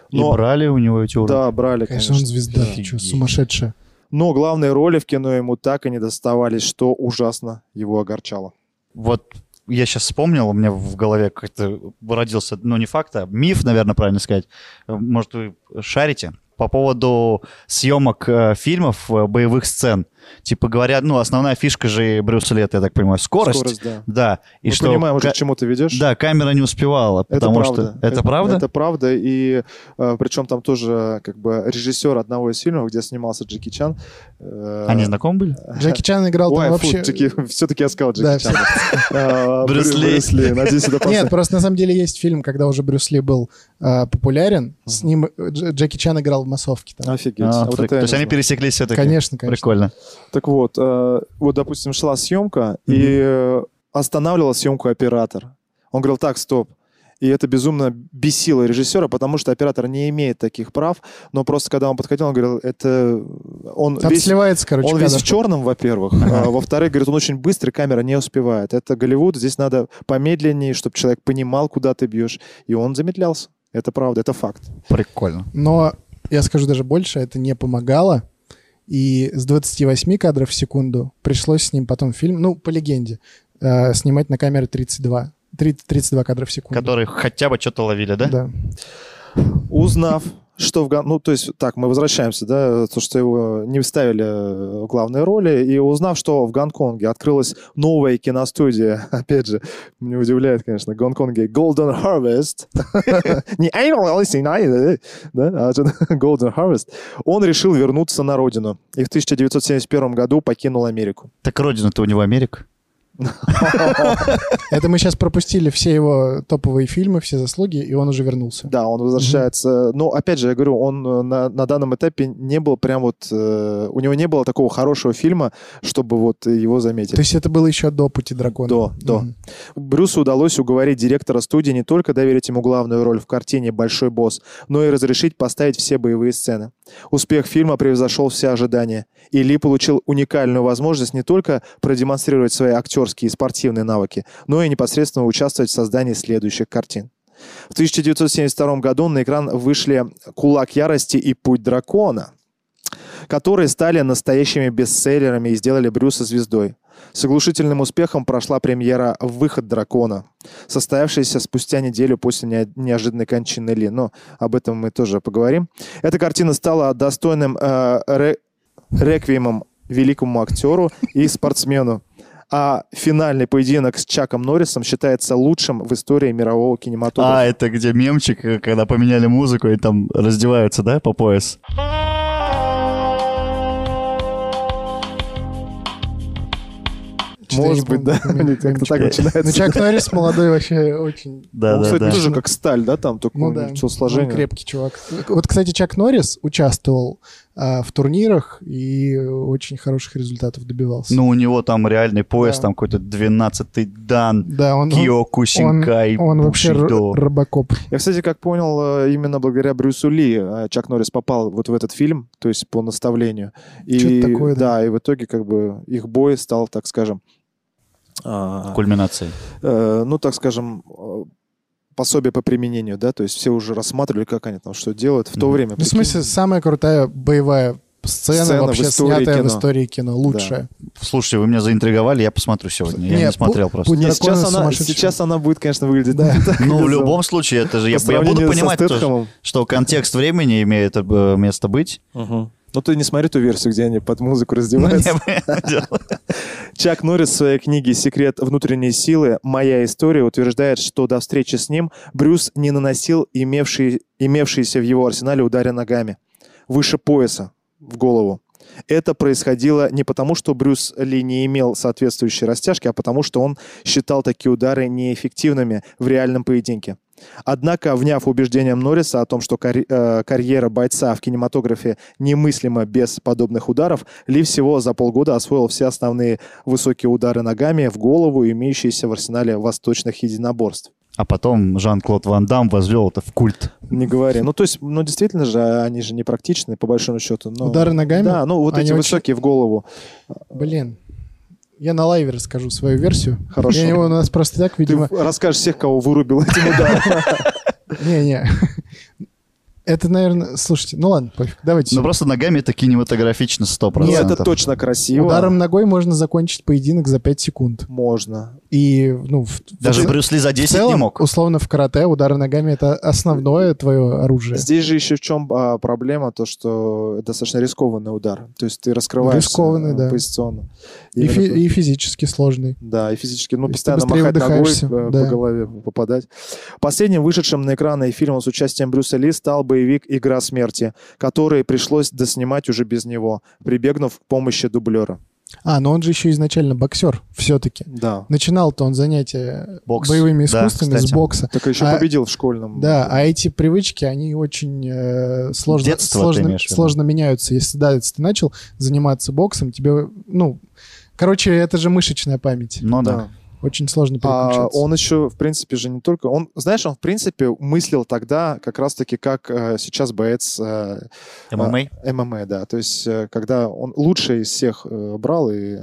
И Но- брали у него эти уроки. Да, брали, Конечно, конечно. он звезда, ты чё, Офигеть. сумасшедшая. Но главные роли в кино ему так и не доставались, что ужасно его огорчало. Вот я сейчас вспомнил, у меня в голове как-то родился, ну не факт, а миф, наверное, правильно сказать. Может, вы шарите? По поводу съемок э, фильмов, э, боевых сцен. Типа говорят, ну основная фишка же Брюса Ли, это, я так понимаю, скорость. да. Да. И Мы что понимаем уже, ка- к чему ты ведешь. Да, камера не успевала, потому что... Это, правда? Это правда. И э, причем там тоже как бы режиссер одного из фильмов, где снимался Джеки Чан. э, Они знакомы были? Джеки Чан играл там Ой, вообще... все-таки я сказал Да, Джеки Чан. Э, Брюс Брю- Ли. Брюс Ли. Надеюсь, это Нет, просто... просто на самом деле есть фильм, когда уже Брюс Ли был э, популярен, с ним э, Дж- Джеки Чан играл в массовке. там. Офигеть. А, Вот фрик. это То я есть не они знал. пересеклись все-таки? Конечно, конечно. Прикольно. Так вот, э, вот, допустим, шла съемка, Мгм. и э, останавливал съемку оператор. Он говорил, так, стоп. И это безумно бесило режиссера, потому что оператор не имеет таких прав. Но просто, когда он подходил, он говорил, это... Он Там весь- сливается, короче, он кадр. весь в черном, во-первых. А, во-вторых, говорит, он очень быстрый, камера не успевает. Это Голливуд, здесь надо помедленнее, чтобы человек понимал, куда ты бьешь. И он замедлялся. Это правда, это факт. Прикольно. Но я скажу даже больше, это не помогало. И с 28 кадров в секунду пришлось с ним потом фильм, ну, по легенде, э, снимать на камеры 32. 30, 32 кадра в секунду. Которые хотя бы что-то ловили, да? Да. Узнав, что в... Ган- Ну, то есть, так, мы возвращаемся, да, то, что его не вставили э, в главные роли, и узнав, что в Гонконге открылась новая киностудия, опять же, меня удивляет, конечно, в Гонконге Golden Harvest, не Animal Instinct, да, а что-то Golden Harvest, он решил вернуться на родину и в 1971 году покинул Америку. Так родина-то у него Америка. Это мы сейчас пропустили все его топовые фильмы, все заслуги, и он уже вернулся. Да, он возвращается. Но опять же, я говорю, он э, на, на данном этапе не был прям вот... э, у него не было такого хорошего фильма, чтобы вот его заметили. То есть это было еще до «Пути дракона». До, до. Мгм. Брюсу удалось уговорить директора студии не только доверить ему главную роль в картине «Большой босс», но и разрешить поставить все боевые сцены. Успех фильма превзошел все ожидания. И Ли получил уникальную возможность не только продемонстрировать свои актерские и спортивные навыки, но и непосредственно участвовать в создании следующих картин. В 1972 году на экран вышли «Кулак ярости» и «Путь дракона», которые стали настоящими бестселлерами и сделали Брюса звездой. С оглушительным успехом прошла премьера «Выход дракона», состоявшаяся спустя неделю после не- неожиданной кончины Ли. Но об этом мы тоже поговорим. Эта картина стала достойным э, ре- реквиемом великому актеру и спортсмену. А финальный поединок с Чаком Норрисом считается лучшим в истории мирового кинематографа. А, это где мемчик, э, когда поменяли музыку и там раздеваются, да, по пояс? Что-то я не Может быть, помню, да? как именно Как-то так мемчик. начинается. Ну, Чак Норрис молодой вообще очень... Да, Он, да, кстати, да. тоже как сталь, да, там, только Ну у да, него сложение. он крепкий чувак. Вот, кстати, Чак Норрис участвовал а, в турнирах и очень хороших результатов добивался. Ну, у него там реальный пояс, Да. там какой-то 12-й дан, да, он, он, Киокусинкай, он вообще р- Бушидо. робокоп. Ну, Я, кстати, как понял, э, именно благодаря Брюсу Ли э, Чак Норрис попал вот в этот фильм, то есть по наставлению. И, Чё-то такое, да. да. и в итоге как бы их бой стал, так скажем, а, Кульминацией. э, ну, так скажем, э, пособие по применению, да, то есть все уже рассматривали, как они там что делают в то Мгм. время. Ну, в прикинь. смысле, самая крутая боевая сцена, Сцена в вообще истории снятая в кино. истории кино. Лучшая. Слушайте, вы меня заинтриговали, я посмотрю сегодня. Я Не, не смотрел пу- просто. пу- Не, Дракона сейчас, она, сумасшедшего. сейчас она будет, конечно, выглядеть. Да. не так, Ну, в как любом случае, это же я, По я буду сравнению со понимать, то, Стэтхэмом. что контекст времени имеет э, место быть. Мгм. Ну, ты не смотри ту версию, где они под музыку Ну, раздеваются. не- Чак Норрис в своей книге «Секрет внутренней силы. Моя история» утверждает, что до встречи с ним Брюс не наносил имевшие, имевшиеся в его арсенале удары ногами выше пояса в голову. Это происходило не потому, что Брюс Ли не имел соответствующей растяжки, а потому, что он считал такие удары неэффективными в реальном поединке. Однако, вняв убеждением Норриса о том, что карь- э, карьера бойца в кинематографе немыслима без подобных ударов, Ли всего за полгода освоил все основные высокие удары ногами в голову, имеющиеся в арсенале восточных единоборств. А потом Жан-Клод Ван Дам возвел это в культ. Не говори. Ну, то есть, ну, действительно же, они же непрактичны, по большому счету. но- Удары ногами? Да, ну, вот Они эти очень- высокие в голову. Блин. Я на лайве расскажу свою версию. Хорошо. Я не- у нас просто так, Ты видимо... в- расскажешь всех, кого вырубил этим ударом. Не-не. Это, наверное... Слушайте, ну ладно, пофиг. Давайте. Ну, просто ногами это кинематографично 100%. Ну, это точно красиво. Ударом ногой можно закончить поединок за 5 секунд. Можно. И, ну... в- Даже в- Брюс Ли за в 10 целом, не мог. условно, в карате удары ногами — это основное твое оружие. Здесь же еще в чем а, проблема, то что это достаточно рискованный удар. То есть ты раскрываешься Рискованный, а, да. позиционно. И, фи- Именно то- и физически сложный. Да, и физически, ну, Если ты постоянно быстрее махать ногой выдыхаешься, э, да. по голове попадать. Последним вышедшим на экраны фильмом с участием Брюса Ли стал боевик «Игра смерти», который пришлось доснимать уже без него, прибегнув к помощи дублера. А, но он же еще изначально боксер все-таки. Да. Начинал-то он занятия Бокс. боевыми Да, искусствами с кстати. бокса. Так еще А- победил в школьном. Да, а эти привычки, они очень э, сложно, Детство ты сложно, имеешь в виду? сложно меняются. Если, да, если ты начал заниматься боксом, тебе, ну... Короче, это же мышечная память. Ну да. Да. Очень сложно переключаться. А он еще, в принципе же, не только... Он, знаешь, он, в принципе, мыслил тогда как раз-таки, как э, сейчас боец э, ММА? э, ММА, да. То есть, э, когда он лучше из всех э, брал и...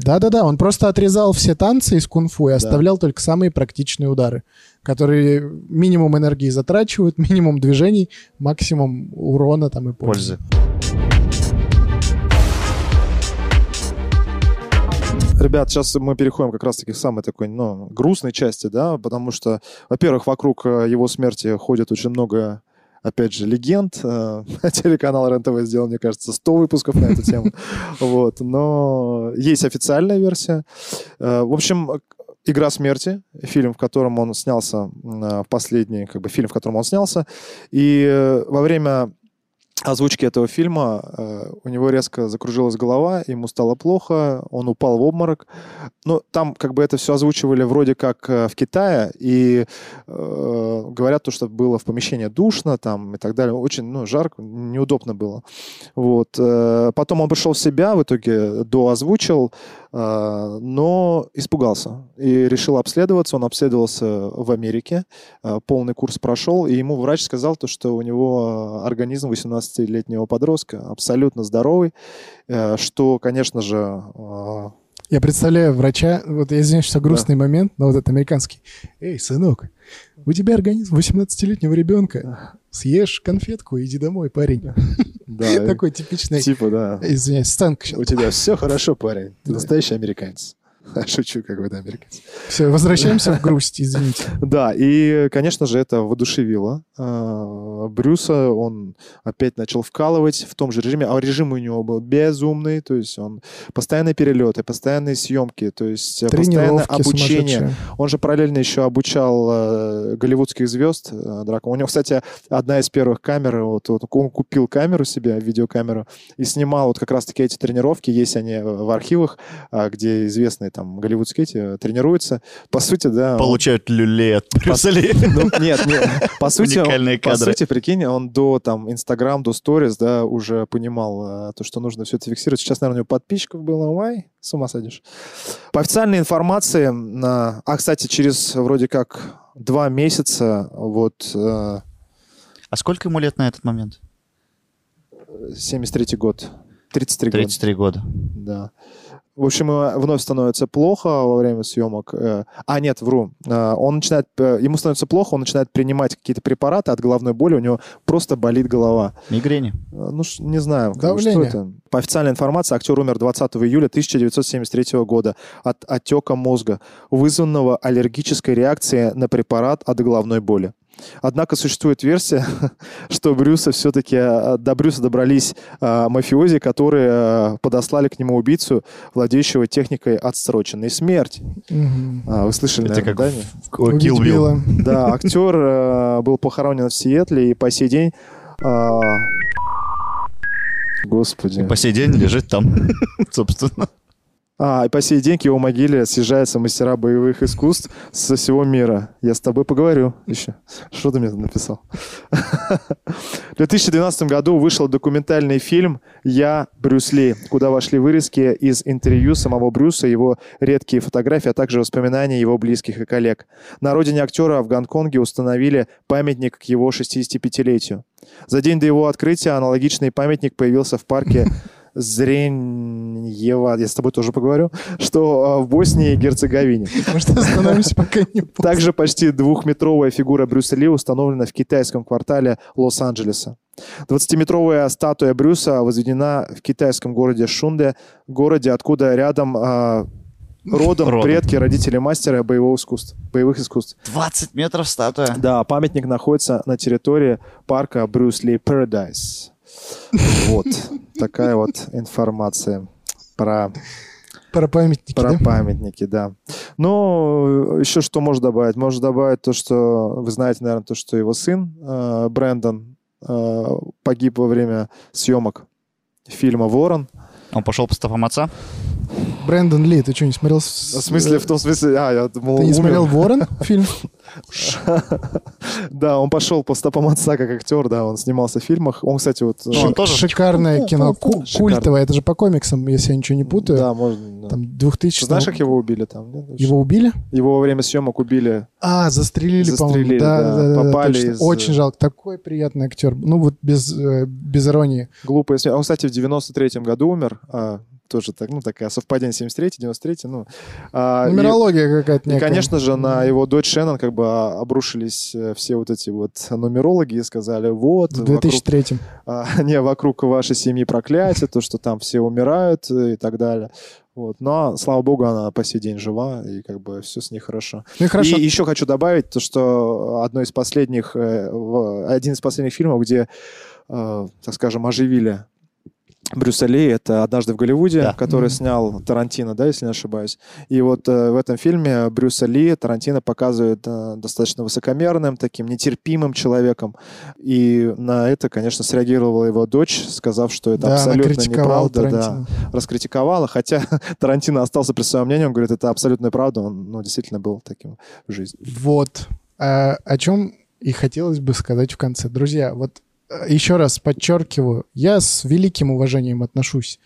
Да-да-да, он просто отрезал все танцы из кунг-фу и оставлял только самые практичные удары, которые минимум энергии затрачивают, минимум движений, максимум урона там и пользы. Пользы. Ребят, сейчас мы переходим как раз-таки к самой такой, ну, грустной части, да, потому что, во-первых, вокруг э, его смерти ходит очень много, опять же, легенд. Э, Телеканал РЕН-ТВ сделал, мне кажется, 100 выпусков на эту тему. Вот, но есть официальная версия. Э, В общем, э, «Игра смерти», фильм, в котором он снялся, э, в последний, как бы, фильм, в котором он снялся. И э, во время озвучки этого фильма э, у него резко закружилась голова, ему стало плохо, он упал в обморок. Но там как бы это все озвучивали вроде как э, в Китае, и э, говорят то, что было в помещении душно там и так далее. Очень ну, жарко, неудобно было. Вот. э, Потом он пришел в себя, в итоге доозвучил, э, но испугался и решил обследоваться. Он обследовался в Америке, э, полный курс прошел, и ему врач сказал, то, что у него э, организм 18-летнего подростка, абсолютно здоровый, э, что, конечно же, э, Я представляю врача, вот я извиняюсь, что грустный момент, но вот этот американский. Эй, сынок, у тебя организм 18-летнего ребенка. Съешь конфетку и иди домой, парень. да, Такой типичный, типа, да, извиняюсь, сценка сейчас. у тебя все хорошо, парень, ты Да. настоящий американец. Шучу, как бы, да, американец. Все, возвращаемся в грусть, извините. Да, и, конечно же, это воодушевило э, Брюса. Он опять начал вкалывать в том же режиме, а режим у него был безумный, то есть он постоянные перелеты, постоянные съемки, то есть э, постоянное Тренировки обучение. сумасшедшие. Он же параллельно еще обучал э, голливудских звезд э, дракон. У него, кстати, одна из первых камер, вот, вот он купил камеру себе, видеокамеру, и снимал вот как раз-таки эти тренировки, есть они в архивах, а, где известные там голливудские эти э, тренируются. По сути, А, да. он- Получают люлей от Брюса Ли. ну, нет, нет. По сути, Уникальные он- по кадры. сути, прикинь, он до там Инстаграм, до Stories, да, уже понимал э, то, что нужно все это фиксировать. Сейчас, наверное, у него подписчиков было, ой, с ума садишь. По официальной информации, на- а, кстати, через вроде как два месяца, вот, э, А сколько ему лет на этот момент? 73-й год. 33 года. 33 года. Да. В общем, э, вновь становится плохо во время съемок. Э, А, нет, вру. Э, Он начинает, э, ему становится плохо, он начинает принимать какие-то препараты от головной боли, у него просто болит голова. Мигрени. Э, Ну, ш- не знаю, как бы, что Давление. это. По официальной информации, актер умер 20 июля 1973 года от отека мозга, вызванного аллергической реакцией на препарат от головной боли. Однако существует версия, что Брюса все-таки до Брюса добрались э, мафиози, которые э, подослали к нему убийцу, владеющего техникой отсроченной смерти. Мгм. А, Вы слышали, Это наверное, как да? в- не? в- Убить Kill Bill. Билла. Да, актер э, был похоронен в Сиэтле и по сей день... э, Господи. По сей день лежит там, собственно. А, и по сей день к его могиле съезжаются мастера боевых искусств со всего мира. Я с тобой поговорю еще. Что ты мне там написал? В 2012 году вышел документальный фильм «Я Брюс Ли», куда вошли вырезки из интервью самого Брюса, его редкие фотографии, а также воспоминания его близких и коллег. На родине актера в Гонконге установили памятник к его 65-летию. За день до его открытия аналогичный памятник появился в парке Зреньева, я с тобой тоже поговорю, что э, в Боснии и Герцеговине. Может, остановимся, пока не поздно. Также почти двухметровая фигура Брюса Ли установлена в китайском квартале Лос-Анджелеса. 20-метровая статуя Брюса возведена в китайском городе Шунде, городе, откуда рядом э, родом, Родом. предки, родители мастера боевого искусств, боевых искусств. 20 метров статуя. Да, памятник находится на территории парка Брюс Ли Paradise. Вот такая вот информация про Про памятники, про да? памятники, да. Ну, еще что можно добавить? Можно добавить то, что вы знаете, наверное, то, что его сын э, Брэндон э, погиб во время съемок фильма Ворон. Он пошел по стопам отца. Брэндон Ли, ты что, не смотрел? В В смысле, в том смысле, а, я э, думал, Ты не умер. смотрел Ворон фильм? Да, он пошел по стопам отца как актер, да, он снимался в фильмах. Он, кстати, вот... э, Ну, он тоже- Шикарное кино, ку- Шикарно. культовое. Это же по комиксам, если я ничего не путаю. Да, можно... да. Там 2000 Знаешь, как его убили там? нет? Его убили? Его во время съемок убили. А, застрелили, по-моему. Застрелили, Да, да, да. да, да, Попали точно. из- э, Очень жалко. Такой приятный актер. Ну, вот без, э, без иронии. Глупая смерть. А Он, кстати, в 93-м году умер. а, тоже так, ну, такая совпадение 73-й, 93-й. Ну, а, и- Нумерология какая-то И, некая. конечно же, на его дочь Шеннон как бы а, обрушились э, все вот эти вот нумерологи и сказали, вот, В вокруг- 2003 а, не, вокруг вашей семьи проклятие, то, что там все умирают э, и так далее. Вот. Но, слава богу, она по сей день жива, и как бы все с ней хорошо. Ну и хорошо. И еще хочу добавить то, что одно из последних, э, в- один из последних фильмов, где, э, так скажем, оживили Брюса Ли, это «Однажды в Голливуде», Да. который снял Тарантино, да, если не ошибаюсь. И вот э, в этом фильме Брюса Ли Тарантино показывает э, достаточно высокомерным, таким нетерпимым человеком. И на это, конечно, среагировала его дочь, сказав, что это да, она абсолютно критиковала неправда. Да Тарантино. раскритиковала, хотя Тарантино остался при своем мнении, он говорит, это абсолютная правда, он ну, действительно был таким в жизни. Вот. А, о чем и хотелось бы сказать в конце. Друзья, вот э, еще раз подчеркиваю, я с великим уважением отношусь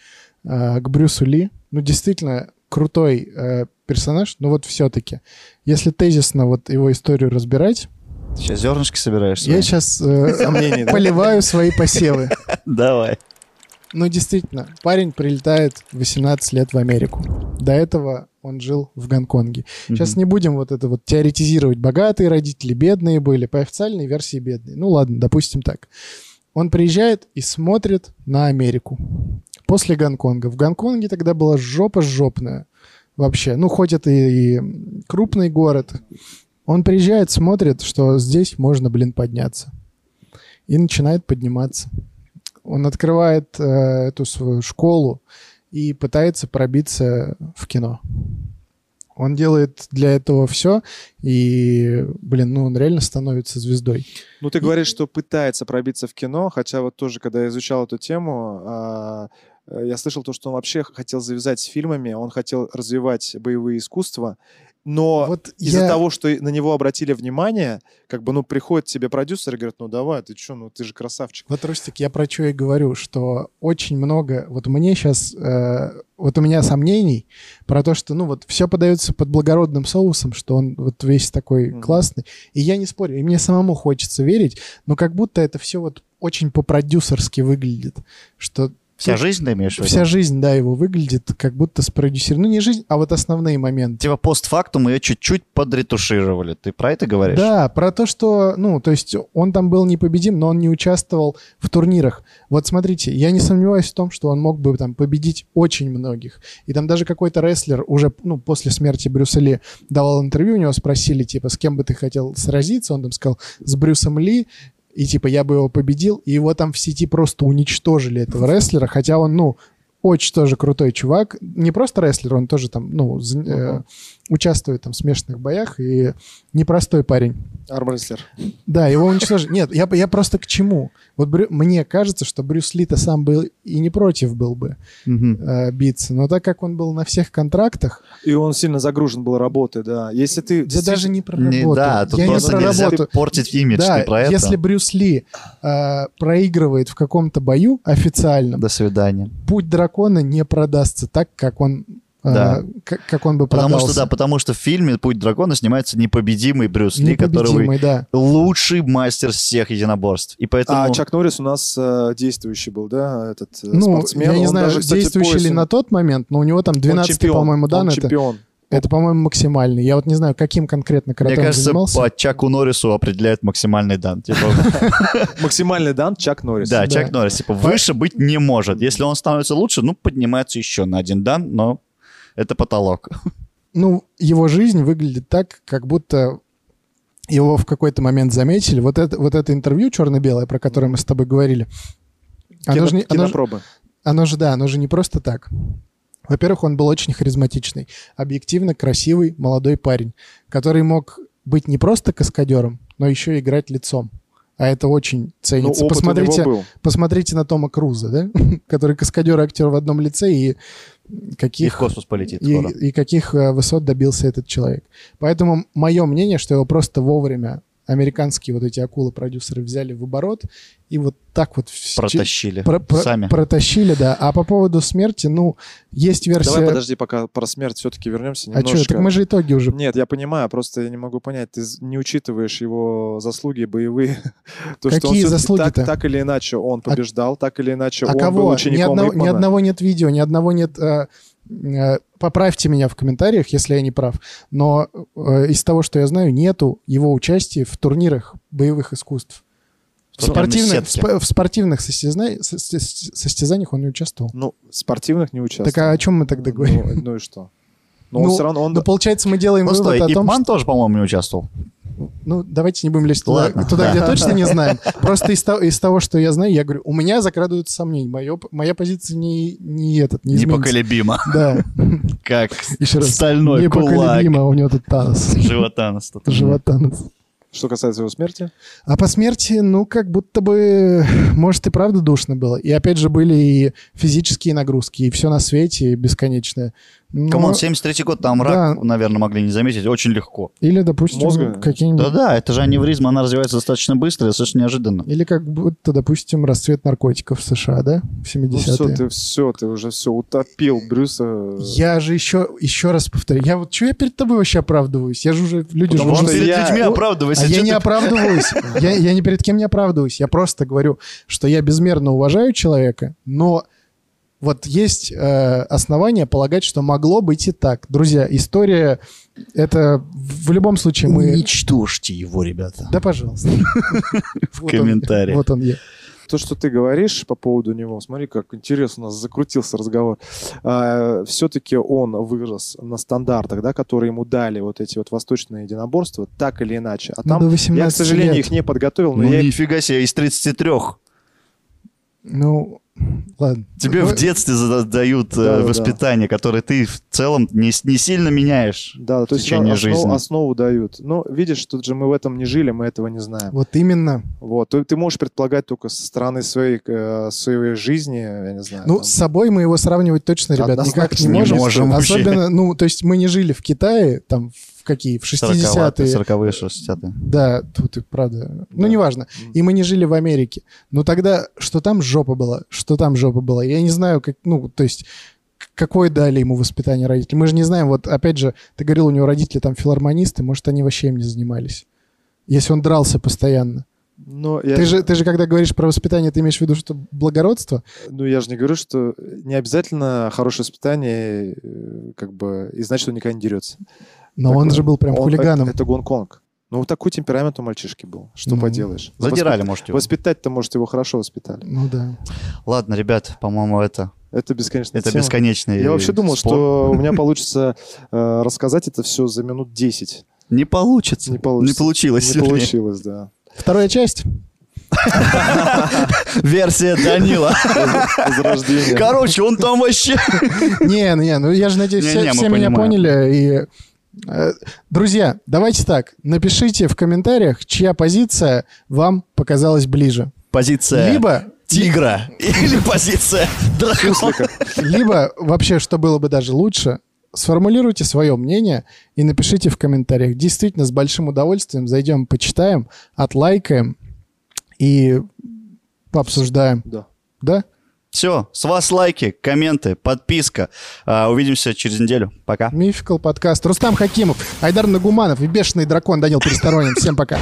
э, к Брюсу Ли. Ну, действительно, крутой э, персонаж, но вот все-таки. Если тезисно вот его историю разбирать, Сейчас зернышки собираешь я свои? сейчас Сомнений, да? поливаю свои посевы. Давай. Ну, действительно, парень прилетает в 18 лет в Америку. До этого он жил в Гонконге. Сейчас не будем вот это вот теоретизировать. Богатые родители, бедные были. По официальной версии бедные. Ну ладно, допустим так. Он приезжает и смотрит на Америку. После Гонконга. В Гонконге тогда была жопа жопная. Вообще. Ну, хоть это и и крупный город. Он приезжает, смотрит, что здесь можно, блин, подняться. И начинает подниматься. Он открывает э, эту свою школу и пытается пробиться в кино. Он делает для этого все, и, блин, ну он реально становится звездой. Ну, ты говоришь, что пытается пробиться в кино, хотя вот тоже, когда я изучал эту тему, а, э, я слышал то, что он вообще хотел завязать с фильмами, он хотел развивать боевые искусства, но вот из-за я- того, что на него обратили внимание, как бы, ну, приходит тебе продюсер и говорит, ну, давай, ты что, ну, ты же красавчик. Вот, Рустик, я про что и говорю, что очень много, вот мне сейчас, вот у меня сомнений про то, что, ну, вот все подается под благородным соусом, что он вот весь такой Мгм. классный, и я не спорю, и мне самому хочется верить, но как будто это все вот очень по-продюсерски выглядит, что Вся жизнь, ты имеешь в виду? Вся жизнь, да, его выглядит как будто спродюсирована. Ну, не жизнь, а вот основные моменты. Типа постфактум ее чуть-чуть подретушировали. Ты про это говоришь? Да, про то, что, ну, то есть он там был непобедим, но он не участвовал в турнирах. Вот смотрите, я не сомневаюсь в том, что он мог бы там победить очень многих. И там даже какой-то рестлер уже, ну, после смерти Брюса Ли давал интервью, у него спросили, типа, с кем бы ты хотел сразиться, он там сказал, с Брюсом Ли, и типа я бы его победил, и его там в сети просто уничтожили, этого рестлера, хотя он, ну, очень тоже крутой чувак, не просто рестлер, он тоже там, ну, з- э, участвует там в смешанных боях, и непростой парень. Армрестлер. Да, его уничтожили. Нет, я, я просто к чему? Вот Брю- мне кажется, что Брюс Ли-то сам был и не против был бы Мгм. э, биться, но так как он был на всех контрактах, И он сильно загружен был работой, да. Если ты... да даже не про Не, работу. да, тут я не просто про нельзя работу. портить имидж. Да, ты про это? если Брюс Ли э, проигрывает в каком-то бою официальном, До свидания. путь дракона не продастся так, как он, э, Да. как, как он бы продался. Потому что, да, потому что в фильме «Путь дракона» снимается непобедимый Брюс Ли, который Непобедимый, да. лучший мастер всех единоборств. И поэтому... А Чак Норрис у нас э, действующий был, да, этот э, Ну, спортсмен. я не Он знаю, даже, кстати, действующий ли поясом- на тот момент, но у него там он 12, чемпион, по-моему, он дан. Это, чемпион. это, по-моему, максимальный. Я вот не знаю, каким конкретно Мне карате он кажется, занимался. по Чаку Норрису определяет максимальный дан. Типа, Максимальный дан Чак Норрис. да, Да. Чак Норрис, типа, выше быть не может. Если он становится лучше, ну, поднимается еще на один дан, но это потолок. Ну, его жизнь выглядит так, как будто его в какой-то момент заметили. Вот это, вот это интервью черно-белое, про которое мы с тобой говорили, оно Кино- же, не- оно же- кинопробы. Оно же, да, оно же не просто так. Во-первых, он был очень харизматичный, объективно красивый молодой парень, который мог быть не просто каскадером, но еще и играть лицом. А это очень Ну, ценится. опыт у посмотрите, него был. посмотрите на Тома Круза, да? который каскадер и актер в одном лице, и И в каких, космос полетит и, скоро. и каких э, высот добился этот человек. Поэтому мое мнение, что его просто вовремя американские вот эти акулы-продюсеры взяли в оборот, и вот так вот... в- Протащили. про- про- Сами. Протащили, да. А по поводу смерти, ну, есть версия... Давай подожди, пока про смерть все-таки вернемся а что, немножко. так мы же итоги уже... Нет, я понимаю, просто я не могу понять, ты з- не учитываешь его заслуги боевые. То, что он Какие всё-таки заслуги-то? Так, так или иначе он побеждал, так или иначе а он был кого? Ни учеником одного, ни Ипмана. одного нет видео, ни одного нет... э, э, поправьте меня в комментариях, если я не прав. Но э, из того, что я знаю, нету его участия в турнирах боевых искусств. В, Турнирной спортивных, в сетке. спо- в спортивных состязна- со- со- состязаниях он не участвовал. Ну, спортивных не участвовал. Так а о чем мы тогда говорим? Ну, ну и что? Но он все равно... Он... ну, получается, мы делаем Ну вывод стой, о том, Ипман тоже, по-моему, не участвовал. Ну, давайте не будем лезть туда, Ладно, туда, да. где точно не знаем. Просто из, того- из того, что я знаю, я говорю, у меня закрадываются сомнения. Моё- моя позиция не, не этот, не изменится. Непоколебимо. Да, Как еще раз. стальной кулак. Непоколебимо, у него тут Танос. Животанос. тут. Животанос. Что касается его смерти, А по смерти, ну, как будто бы, может, и правда душно было. И опять же были и физические нагрузки, и все на свете бесконечное. Ну, Но- Камон, 73-й год, там Да. рак, наверное, могли не заметить, очень легко. Или, допустим, Мозга? какие-нибудь... Да-да, это же аневризма, она развивается достаточно быстро, и достаточно неожиданно. Или как будто, допустим, расцвет наркотиков в США, да, в 70-е. ну все, ты все, ты уже все утопил Брюса. Я же еще, еще раз повторю, я вот, что я перед тобой вообще оправдываюсь? Я же уже, люди Потому уже... что устали. перед я- людьми оправдывайся. А я не оправдываюсь, я, я ни перед кем не оправдываюсь, я просто говорю, что я безмерно уважаю человека, но вот есть э, основания полагать, что могло быть и так. Друзья, история, это в в любом случае мы... Уничтожьте Ну, его, ребята. Да, пожалуйста. В комментариях. Вот он я. То, что ты говоришь по поводу него, смотри, как интересно у нас закрутился разговор. Все-таки он вырос на стандартах, да, которые ему дали вот эти вот восточные единоборства, так или иначе. А Ну, до там, я, к 18 сожалению, лет. их не подготовил, но Ну я их- нифига себе, из 33 Ну, ладно. тебе Ну, в детстве зада- дают э, Да-да-да. воспитание, которое ты в целом не, с- не сильно меняешь. Да, то есть течение основ- жизни. основу дают. Но видишь, тут же мы в этом не жили, мы этого не знаем. Вот именно. Вот. Ты, ты можешь предполагать только со стороны своей, э, своей жизни, я не знаю. Ну, там. с собой мы его сравнивать точно, ребят, Однозначно никак не не можем. можем вообще. Особенно, ну, то есть мы не жили в Китае, там, в какие, в 40-е, 60-е. 40-е, 60-е. Да, тут и правда. Ну, Да. неважно. И мы не жили в Америке. Но тогда, что там жопа была, что там жопа была. Я не знаю, как, ну, то есть, к- какое дали ему воспитание родители. Мы же не знаем, вот, опять же, ты говорил, у него родители там филармонисты, может, они вообще им не занимались. Если он дрался постоянно. Но я, Ты, же, ты же, когда говоришь про воспитание, ты имеешь в виду, что благородство? ну, я же не говорю, что не обязательно хорошее воспитание э, как бы и значит, что он никогда не дерется. Но Такое. он же был прям Он- э, хулиганом. Это, это Гонконг. Ну, вот такой темперамент у мальчишки был. Что Ну. поделаешь. Задирали, может, Воспит- его. Воспитать-то, может, его хорошо воспитали. Ну да. Ладно, ребят, по-моему, это, Это бесконечно. это бесконечный Я вообще думал, спор. что у меня получится э, рассказать это все за минут 10. Не получится. Не получится. получилось. Не вернее. получилось, да. Вторая часть. Версия Данила. Возрождение. Короче, он там вообще... Не, ну, не, ну я же надеюсь, все, Не-не, мы все меня понимаем. поняли. И, э, друзья, давайте так. Напишите в комментариях, чья позиция вам показалась ближе. Позиция Либо, тигра или позиция дракона. либо вообще, что было бы даже лучше, сформулируйте свое мнение и напишите в комментариях. Действительно, с большим удовольствием зайдем, почитаем, отлайкаем и пообсуждаем. Да. Да? Все, с вас лайки, комменты, подписка. А, Увидимся через неделю. Пока. Мификал подкаст. Рустам Хакимов, Айдар Нагуманов и Бешеный дракон Данил Пересторонин. Всем пока.